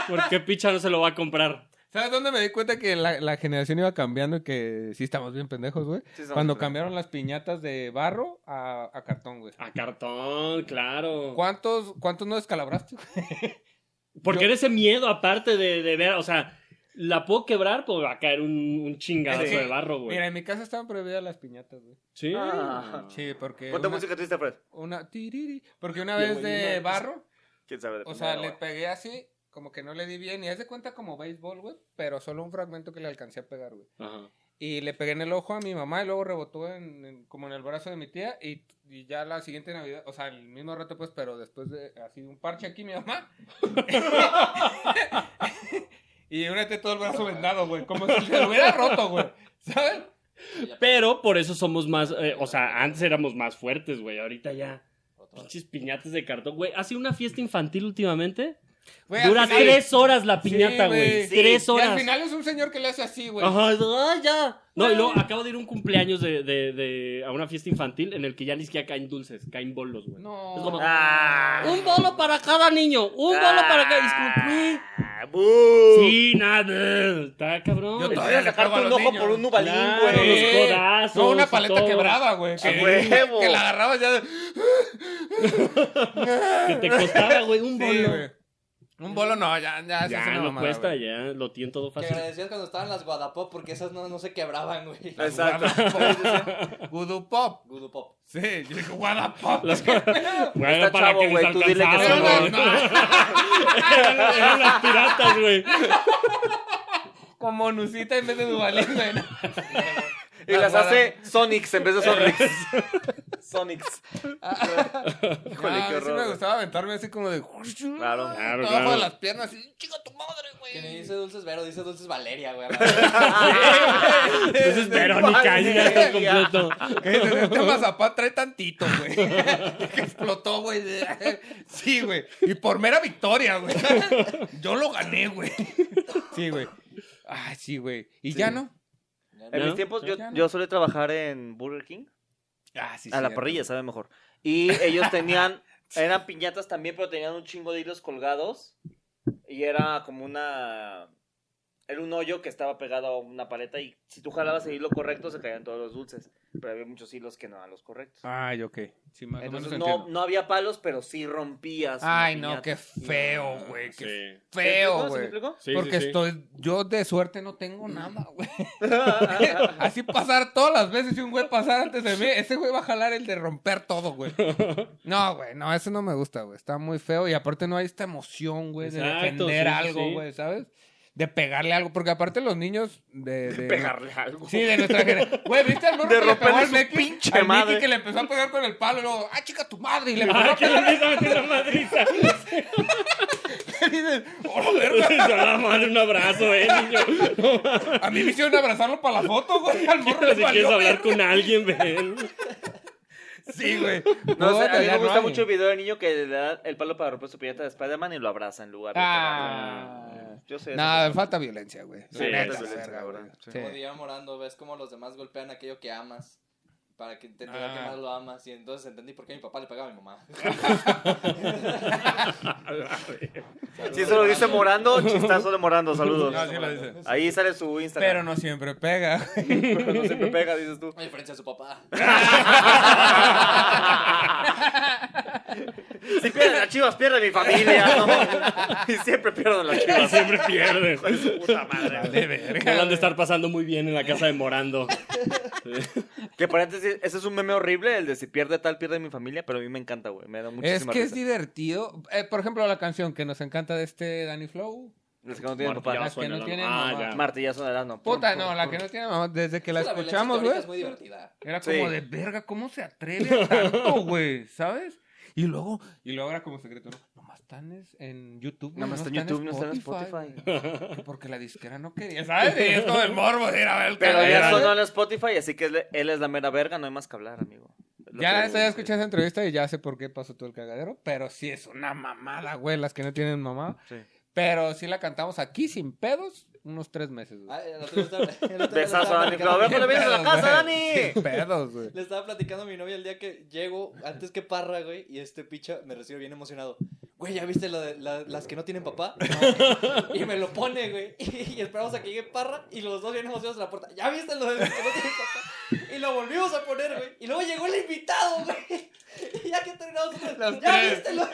Porque Picha no se lo va a comprar. ¿Sabes dónde me di cuenta que la, la generación iba cambiando y que sí estamos bien pendejos, güey? Sí, estamos Cuando pendejos. cambiaron las piñatas de barro a, a cartón, güey. A cartón, claro. ¿Cuántos, ¿Cuántos no descalabraste? güey? Porque Yo- era ese miedo, aparte de, de ver, o sea, la puedo quebrar, pues va a caer un, un chingadazo Es que- de barro, güey. Mira, en mi casa estaban prohibidas las piñatas, güey. Sí. Ah. Sí, porque Ponte una, música triste, Fred. una- tiriri, porque una Mi vez de abuelita- barro, ¿Quién sabe? de o sea, primero, le güey. pegué así, como que no le di bien y haz de cuenta como béisbol, güey, pero solo un fragmento que le alcancé a pegar, güey. Ajá. Y le pegué en el ojo a mi mamá y luego rebotó en, en- como en el brazo de mi tía y, y ya la siguiente Navidad, o sea, el mismo rato pues, pero después de así un parche aquí mi mamá. y únete todo el brazo vendado, güey, como si se lo hubiera roto, güey. ¿Sabes? Pero por eso somos más, eh, o sea, antes éramos más fuertes, güey. Ahorita ya. Otro. Pinches piñatas de cartón, güey. ¿Ha sido una fiesta infantil últimamente? Güey, Dura al final- tres horas la Sí, piñata, güey. güey. tres Y horas. al final es un señor que le hace así, güey. Ajá, ah, ya. No, y luego acabo de ir a un cumpleaños de, de, de- a una fiesta infantil en el que ya ni siquiera caen dulces, caen bolos, güey. No. Es como- Ah. Un bolo para cada niño, un bolo para cada. Disculpe. Ah, bu. Sí, nada. Está cabrón. Yo Te todavía voy a le sacarte pego Pues a un los ojo niños. por un nubalín, Claro, güey. los codazos No, y una paleta todo. quebrada, güey. ¡A Que, huevo! que la agarrabas ya de... Que te costaba, güey, un Sí, bolo. güey. Un bolo no, ya, ya, eso es Ya una no mamada, cuesta, güey. ya lo tienen todo Que fácil. agradecías cuando estaban las Guadapop porque esas no, no se quebraban, güey. Exacto. Voodoo Pop. Gudu Pop. Sí, yo dije, what the fuck. Las- Güey, Está para chavo, que güey, les tú dile que alcanzara, Pero no, güey. no, Eran- Eran las piratas, güey. como Nusita en vez de Duvalín, güey. ¿no? Y las Ahora- hace Sonics en vez de Sonics. Sonics. Híjole, Ah, qué sí me horror. gustaba aventarme así como de... "Ah, Claro, Abajo claro, claro. de las piernas y... ¡Chica tu madre, Que ni güey! dice Dulces Vero, dice Dulces Valeria, güey. a la- Entonces Verónica, ahí ya está completo. Que desde este mazapán trae tantito, güey. que explotó, güey. Sí, güey. Y por mera victoria, güey. Yo lo gané, güey. Sí, güey. Ay, sí, güey. ¿Y ya no? En mis tiempos, yo, yo solía trabajar en Burger King. Ah, sí, a la cierto. parrilla, sabe mejor. Y ellos tenían, eran piñatas también, pero tenían un chingo de hilos colgados. Y era como una, era un hoyo que estaba pegado a una paleta y si tú jalabas el hilo correcto se caían todos los dulces. Pero había muchos hilos que no eran los correctos. Ay, ok. Sí, más o Entonces menos no, entiendo. no había palos, pero sí rompías. una Ay, no, piñata. qué feo, güey. Qué Sí. feo, ¿Se me güey. explicó? Sí, Porque sí, sí. estoy, yo de suerte no tengo nada, güey. ¿Se me explicó? Así pasar todas las veces y un güey pasar antes de mí, ese güey va a jalar el de romper todo, güey. No, güey, no, eso no me gusta, güey. Está muy feo y aparte no hay esta emoción, güey, de Exacto, defender sí, sí, algo, sí. güey, ¿sabes? De pegarle algo, porque aparte los niños de... de- Pegarle algo. Sí, de nuestra generación. Güey, ¿viste al morro De que le pegó romperle al su Meki? pinche Al Meki madre. que le empezó a pegar con el palo y luego, ¡ah, chica, tu madre! Y le empezó Ah, a que le pegar. empieza a meter la madriza. Y dices, "Oh, verga". Ah, madre, un abrazo, eh, niño. No mames. A mí me hicieron abrazarlo para la foto, güey. Al morro le Si valió quieres hablar verga. con alguien, ven. Sí, güey. No, sé, a mí ya me no gusta hay. mucho el video del niño que le da el palo para romper su piñata de Spider-Man y lo abraza en lugar de pegarle. Ah. Yo sé. No, falta violencia, güey. Sí, La neta, falta violencia, verga, la güey. verdad. Sí. Como diría Morando, ves cómo los demás golpean aquello que amas. Para que te diga que Ah. más lo amas. Y entonces entendí por qué mi papá le pegaba a mi mamá. Si eso lo dice Morando, chistazo de Morando, saludos. No, sí lo dice. Ahí sale su Pero Instagram. no siempre pega. Pero no siempre pega, dices tú. A diferencia de su papá. Si pierden las chivas, las pierde mi familia. ¿no? y siempre pierdo las chivas. Siempre pierdes. Hijo de su puta madre. De verga. No la han de estar pasando muy bien en la casa de Morando. Que paréntesis, ese es un meme horrible, el de si pierde tal, pierde mi familia, pero a mí me encanta, güey. Me da Es muchísima que es risa. divertido. Eh, por ejemplo, la canción que nos encanta de este Danny Flow. Los que no tienen Martillazo papá. Las que en no el ano. tienen Ah, mamá. ya. Martillazo de lano. Puta, no, la que no tiene mamá. Desde que la violencia escuchamos, teórica güey. Es muy divertida. Era Sí. como de verga, ¿cómo se atreve tanto, güey? ¿Sabes? Y luego, y luego era como secreto, ¿no? Nomás están es en YouTube, güey, Nada más está en YouTube, no está en Spotify. güey, Porque la disquera no quería, ¿sabes? Y es como el morbo de ir a ver el Pero ya cagadero, sonó ¿sabes? en Spotify, así que él- él es la mera verga, no hay más que hablar, amigo. Es lo Ya, que- eso ya escuché esa entrevista y ya sé por qué pasó todo el cagadero. Pero sí es una mamada, güey, las que no tienen mamá. Sí. Pero sí la cantamos aquí sin pedos unos tres meses, güey. Ah, el otro día estaba- el otro día le estaba Besazo a Dani platicando- Flow. A ver cuando vienes a la Pedos, casa, güey. Dani. Sin pedos, güey. Le estaba platicando a mi novia el día que llego antes que Parra, güey, y este picha me recibe bien emocionado. Güey, ¿ya viste la de- la- las que no tienen papá? No. Y me lo pone, güey. Y, esperamos a que llegue Parra y los dos bien emocionados a la puerta. ¿Ya viste lo de las que no tienen papá? Y lo volvimos a poner, güey. Y luego llegó el invitado, güey. Y ya que terminamos, Los ¿ya tres. viste lo de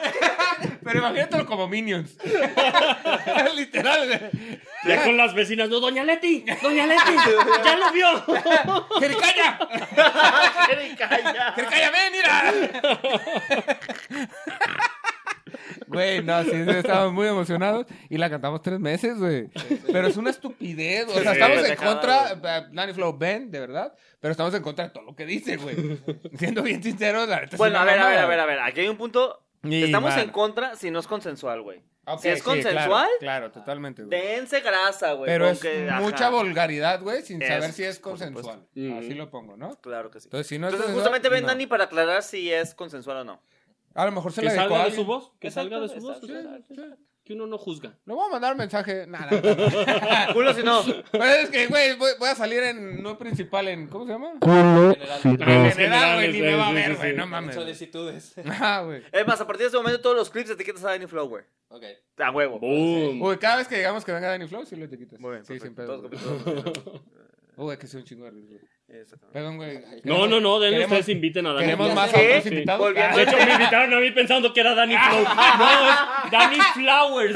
Pero imagínatelo como Minions. Literal, güey. Ya con las vecinas, no, Doña Leti, Doña Leti, ya lo vio. ¡Jericaya! ¡Jericaya, ven, mira! Güey, no, sí, sí, estábamos muy emocionados y la cantamos tres meses, güey. Pero es una estupidez, o sea, Sí, estamos en pendejada, contra, eh, Nanny Flow, ven, de verdad, pero estamos en contra de todo lo que dice, güey. Siendo bien sinceros, la neta es Bueno, una a ver, a ver, mamada. a ver, a ver. Aquí hay un punto. Y, Estamos mano. en contra si no es consensual, güey. Ok, Si es sí, claro, consensual. Claro, totalmente, güey. Dense grasa, güey. Pero con es que- ajá. mucha vulgaridad, güey, sin Es- saber si es por supuesto. consensual. Ujú. Así lo pongo, ¿no? Claro que sí. Entonces, si no es Entonces, consensual, justamente ven no. Dani para aclarar si es consensual o no. A lo mejor se Que la dedicó a salga de alguien. su voz, que salga de su voz. Exacto, o sea, Que uno no juzga. Le voy a mandar mensaje. Nada. nada. Culo si no. Pero es que, güey, voy, voy a salir en. No principal, en. ¿Cómo se llama? general, En los general, güey, generales, ni me sí, va a sí, sí, ver, güey. sí. No mames. solicitudes. Ajá, güey. Es más, a partir de este momento todos los clips etiquetas a Danny Flow, güey. Ok. A huevo. Boom. Uy, cada vez que digamos que venga Danny Flow, sí lo etiquetas. Muy bien, sí, sin perfecto. pedo. Todos güey. copiados. Uy, que soy un chingo de risa, güey. Exactamente. Perdón, güey. No, no, no, denle Queremos- ustedes inviten a Dani. Queremos Flow. más Sí. otros ¿Qué? invitados. Volviendo De Ah, hecho, me invitaron a mí pensando que era Danny Flow. No, es Danny Flowers.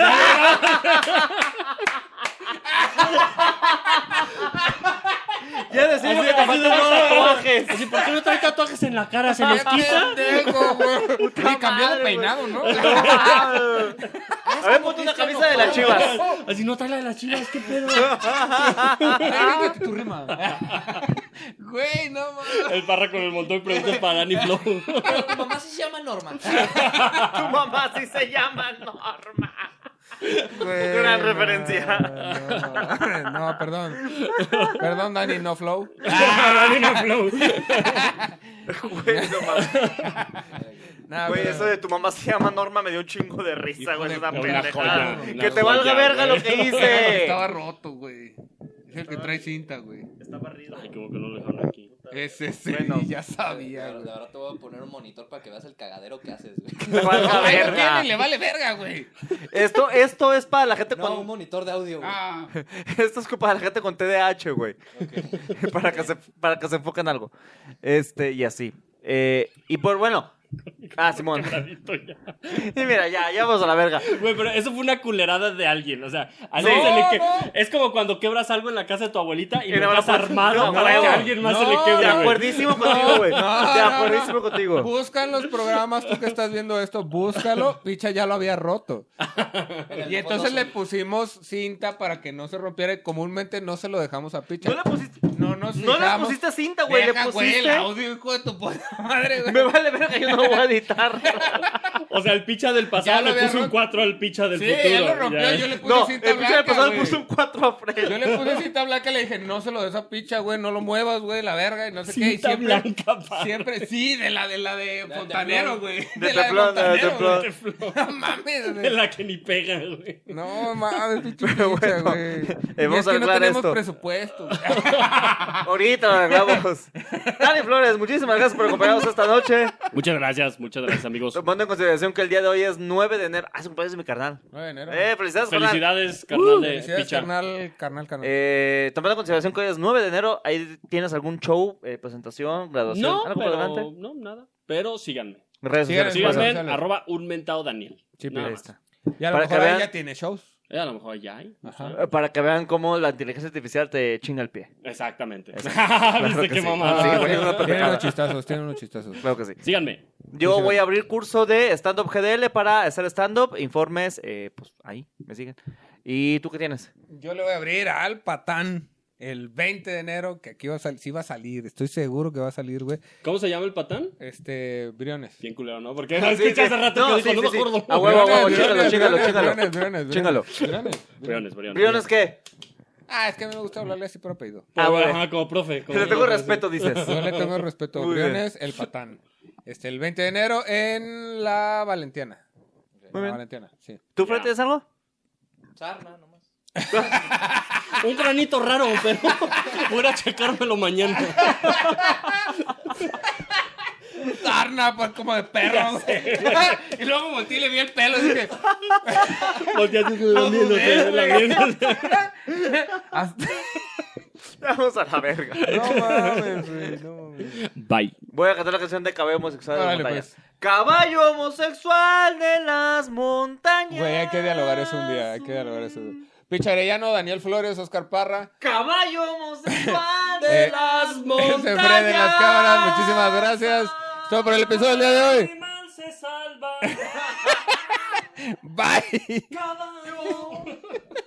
Ya decimos que te Así faltan no, tatuajes. Así, ¿por qué no trae tatuajes en la cara? ¿Se los qué quita? pendejo, güey. Puta Y cambió madre, de peinado, ¿no? A ver, ponte una camisa de las chivas. Así no trae la de las chivas, qué pedo. Ah, tu rima. Güey, no mames. El parra con el montón de preguntas para Danny Flow. Pero tu mamá sí se llama Norma. Tu mamá sí se llama Norma. Gran referencia. No, no, perdón. Perdón, Dani, no flow. Danny Flow. Güey, no mames. Nah, Güey, pero- eso de tu mamá se llama Norma me dio un chingo de risa, Hijo güey. de Es una puta. Una pendejada. joya, una Que te joya, valga verga güey. lo que Estaba hice. roto, güey. Es el que trae cinta, güey. Está barrido. Ay, como que no lo dejaron aquí. Es ese, Bueno. ya sabía, De güey. verdad te voy a poner un monitor para que veas el cagadero que haces, güey. Te valga Ahí lo tiene, verga. le vale verga, güey. Esto, esto es para la gente No, un con. monitor de audio, güey. Ah, Esto es para la gente con TDAH, güey. Ok. para, que se, para que se enfoque en algo. Este, y así. Eh, y por bueno. Ah, Simón. Quebradito ya. Y mira, ya, ya vamos a la verga. Güey, pero eso fue una culerada de alguien. O sea, alguien No, se le que... no. es como cuando quebras algo en la casa de tu abuelita y Y lo no me lo dejas puedes- armado No, para no, que alguien más se le no, De quebre. güey. acuerdísimo contigo, güey. De no, no. acuerdísimo contigo. busca en los programas, tú que estás viendo esto, búscalo. Picha ya lo había roto. En el Y entonces fondo le son- pusimos cinta para que no se rompiera. y Comúnmente no se lo dejamos a Picha. No le pusiste. No nos No le fijamos. pusiste cinta, güey. Le Deja, güey, el pusiste. audio, hijo de tu puta madre, güey. Me vale verga, yo no voy a editar. O sea, el picha del Ya pasado lo le había puso un roto. 4 al picha del Sí, futuro. ya lo rompió, ya. yo le puse No, el cinta pinche blanca, de pasado le güey. puso un 4 a Fred. Yo le puse cinta blanca, le dije, no se lo des a picha, güey, no lo muevas, güey, la verga, y no sé qué. Y Cinta siempre, blanca, padre. siempre, sí, de la de la de de Fontanero, Flor. güey. De la teflón, de Fontanero, teflón. güey. No mames, De güey. la que ni pega, güey. No mames, pinche Pero picha, bueno, güey. eh, Y vamos es a que no arreglar tenemos esto. Eh, presupuesto. güey. Ahorita lo Ah. arreglamos. Dani Flores, muchísimas gracias por acompañarnos esta noche. Muchas gracias, muchas gracias, amigos. Tomando en consideración que el día de hoy es 9 de enero. Ah, su cumpleaños de mi carnal. 9 de enero. Eh, felicidades, carnal. Felicidades, carnal de Felicidades, picha. carnal, carnal, carnal. Eh, tomando en consideración que hoy es 9 de enero, ahí tienes algún show, eh, presentación, graduación, No, algo por pero... delante. No, nada. Pero síganme. Redes Sí, sociales. sí, ¿cuáles son? Síganme Bueno, en sale. arroba un mentado Daniel. Sí, Nada pero Ahí más. está. Y a lo Para que mejor vean- ahí ya tiene shows. Eh, a lo mejor ya hay. no Ajá. sé. Eh, Para que vean cómo la inteligencia artificial te chinga el pie. Exactamente. Claro ¿Viste que qué sí. Ah, mamada? Sí, güey, es una Ah, Tiene pendejada. unos chistazos, tiene unos chistazos. Claro que sí. Síganme. Yo voy a abrir curso de stand-up GDL para hacer stand-up, informes, eh, pues ahí, me siguen. ¿Y tú qué tienes? Yo le voy a abrir al patán el 20 de enero, que aquí va a sal- sí va a salir, estoy seguro que va a salir, güey. ¿Cómo se llama el patán? Este, Briones. Bien culero, ¿no? Porque Sí, escuché sí. hace rato No, que dijo, sí, sí, no me acuerdo. sí. A huevo, a huevo, Briones, chingalo, chingalo, Briones, Briones, Briones, chingalo. Chingalo. Briones, Briones. Briones, Briones. ¿Briones qué? Ah, es que a mí me gusta hablarle así por apellido. Como- Ah, vale. ajá, como profe. como Te tengo profe, respeto, dices. Yo le tengo respeto. Muy Briones, el patán. Este, el 20 de enero en La Valentiana. En Muy la bien. Valentiana, sí. ¿Tú, Fred, tienes algo? Sarna, nomás. sí. Un granito raro, pero voy a ir a checármelo mañana. Sarna, pues como de perro. y luego volteé y le vi el pelo y dije, Volteaste lamiéndote, lamiéndote. Vamos a la verga. no mames, güey, no mames. Bye. Voy a cantar la canción de Caballo Homosexual de las Órale, Montañas. pues. Caballo Homosexual de las Montañas. Güey, hay que dialogar eso un día, hay que dialogar eso. Picharellano, Daniel Flores, Oscar Parra. Caballo Homosexual Eh, de las Ese Montañas. Fred en las cámaras, muchísimas gracias. Todo por el episodio del día de hoy. animal se salva. Bye. Caballo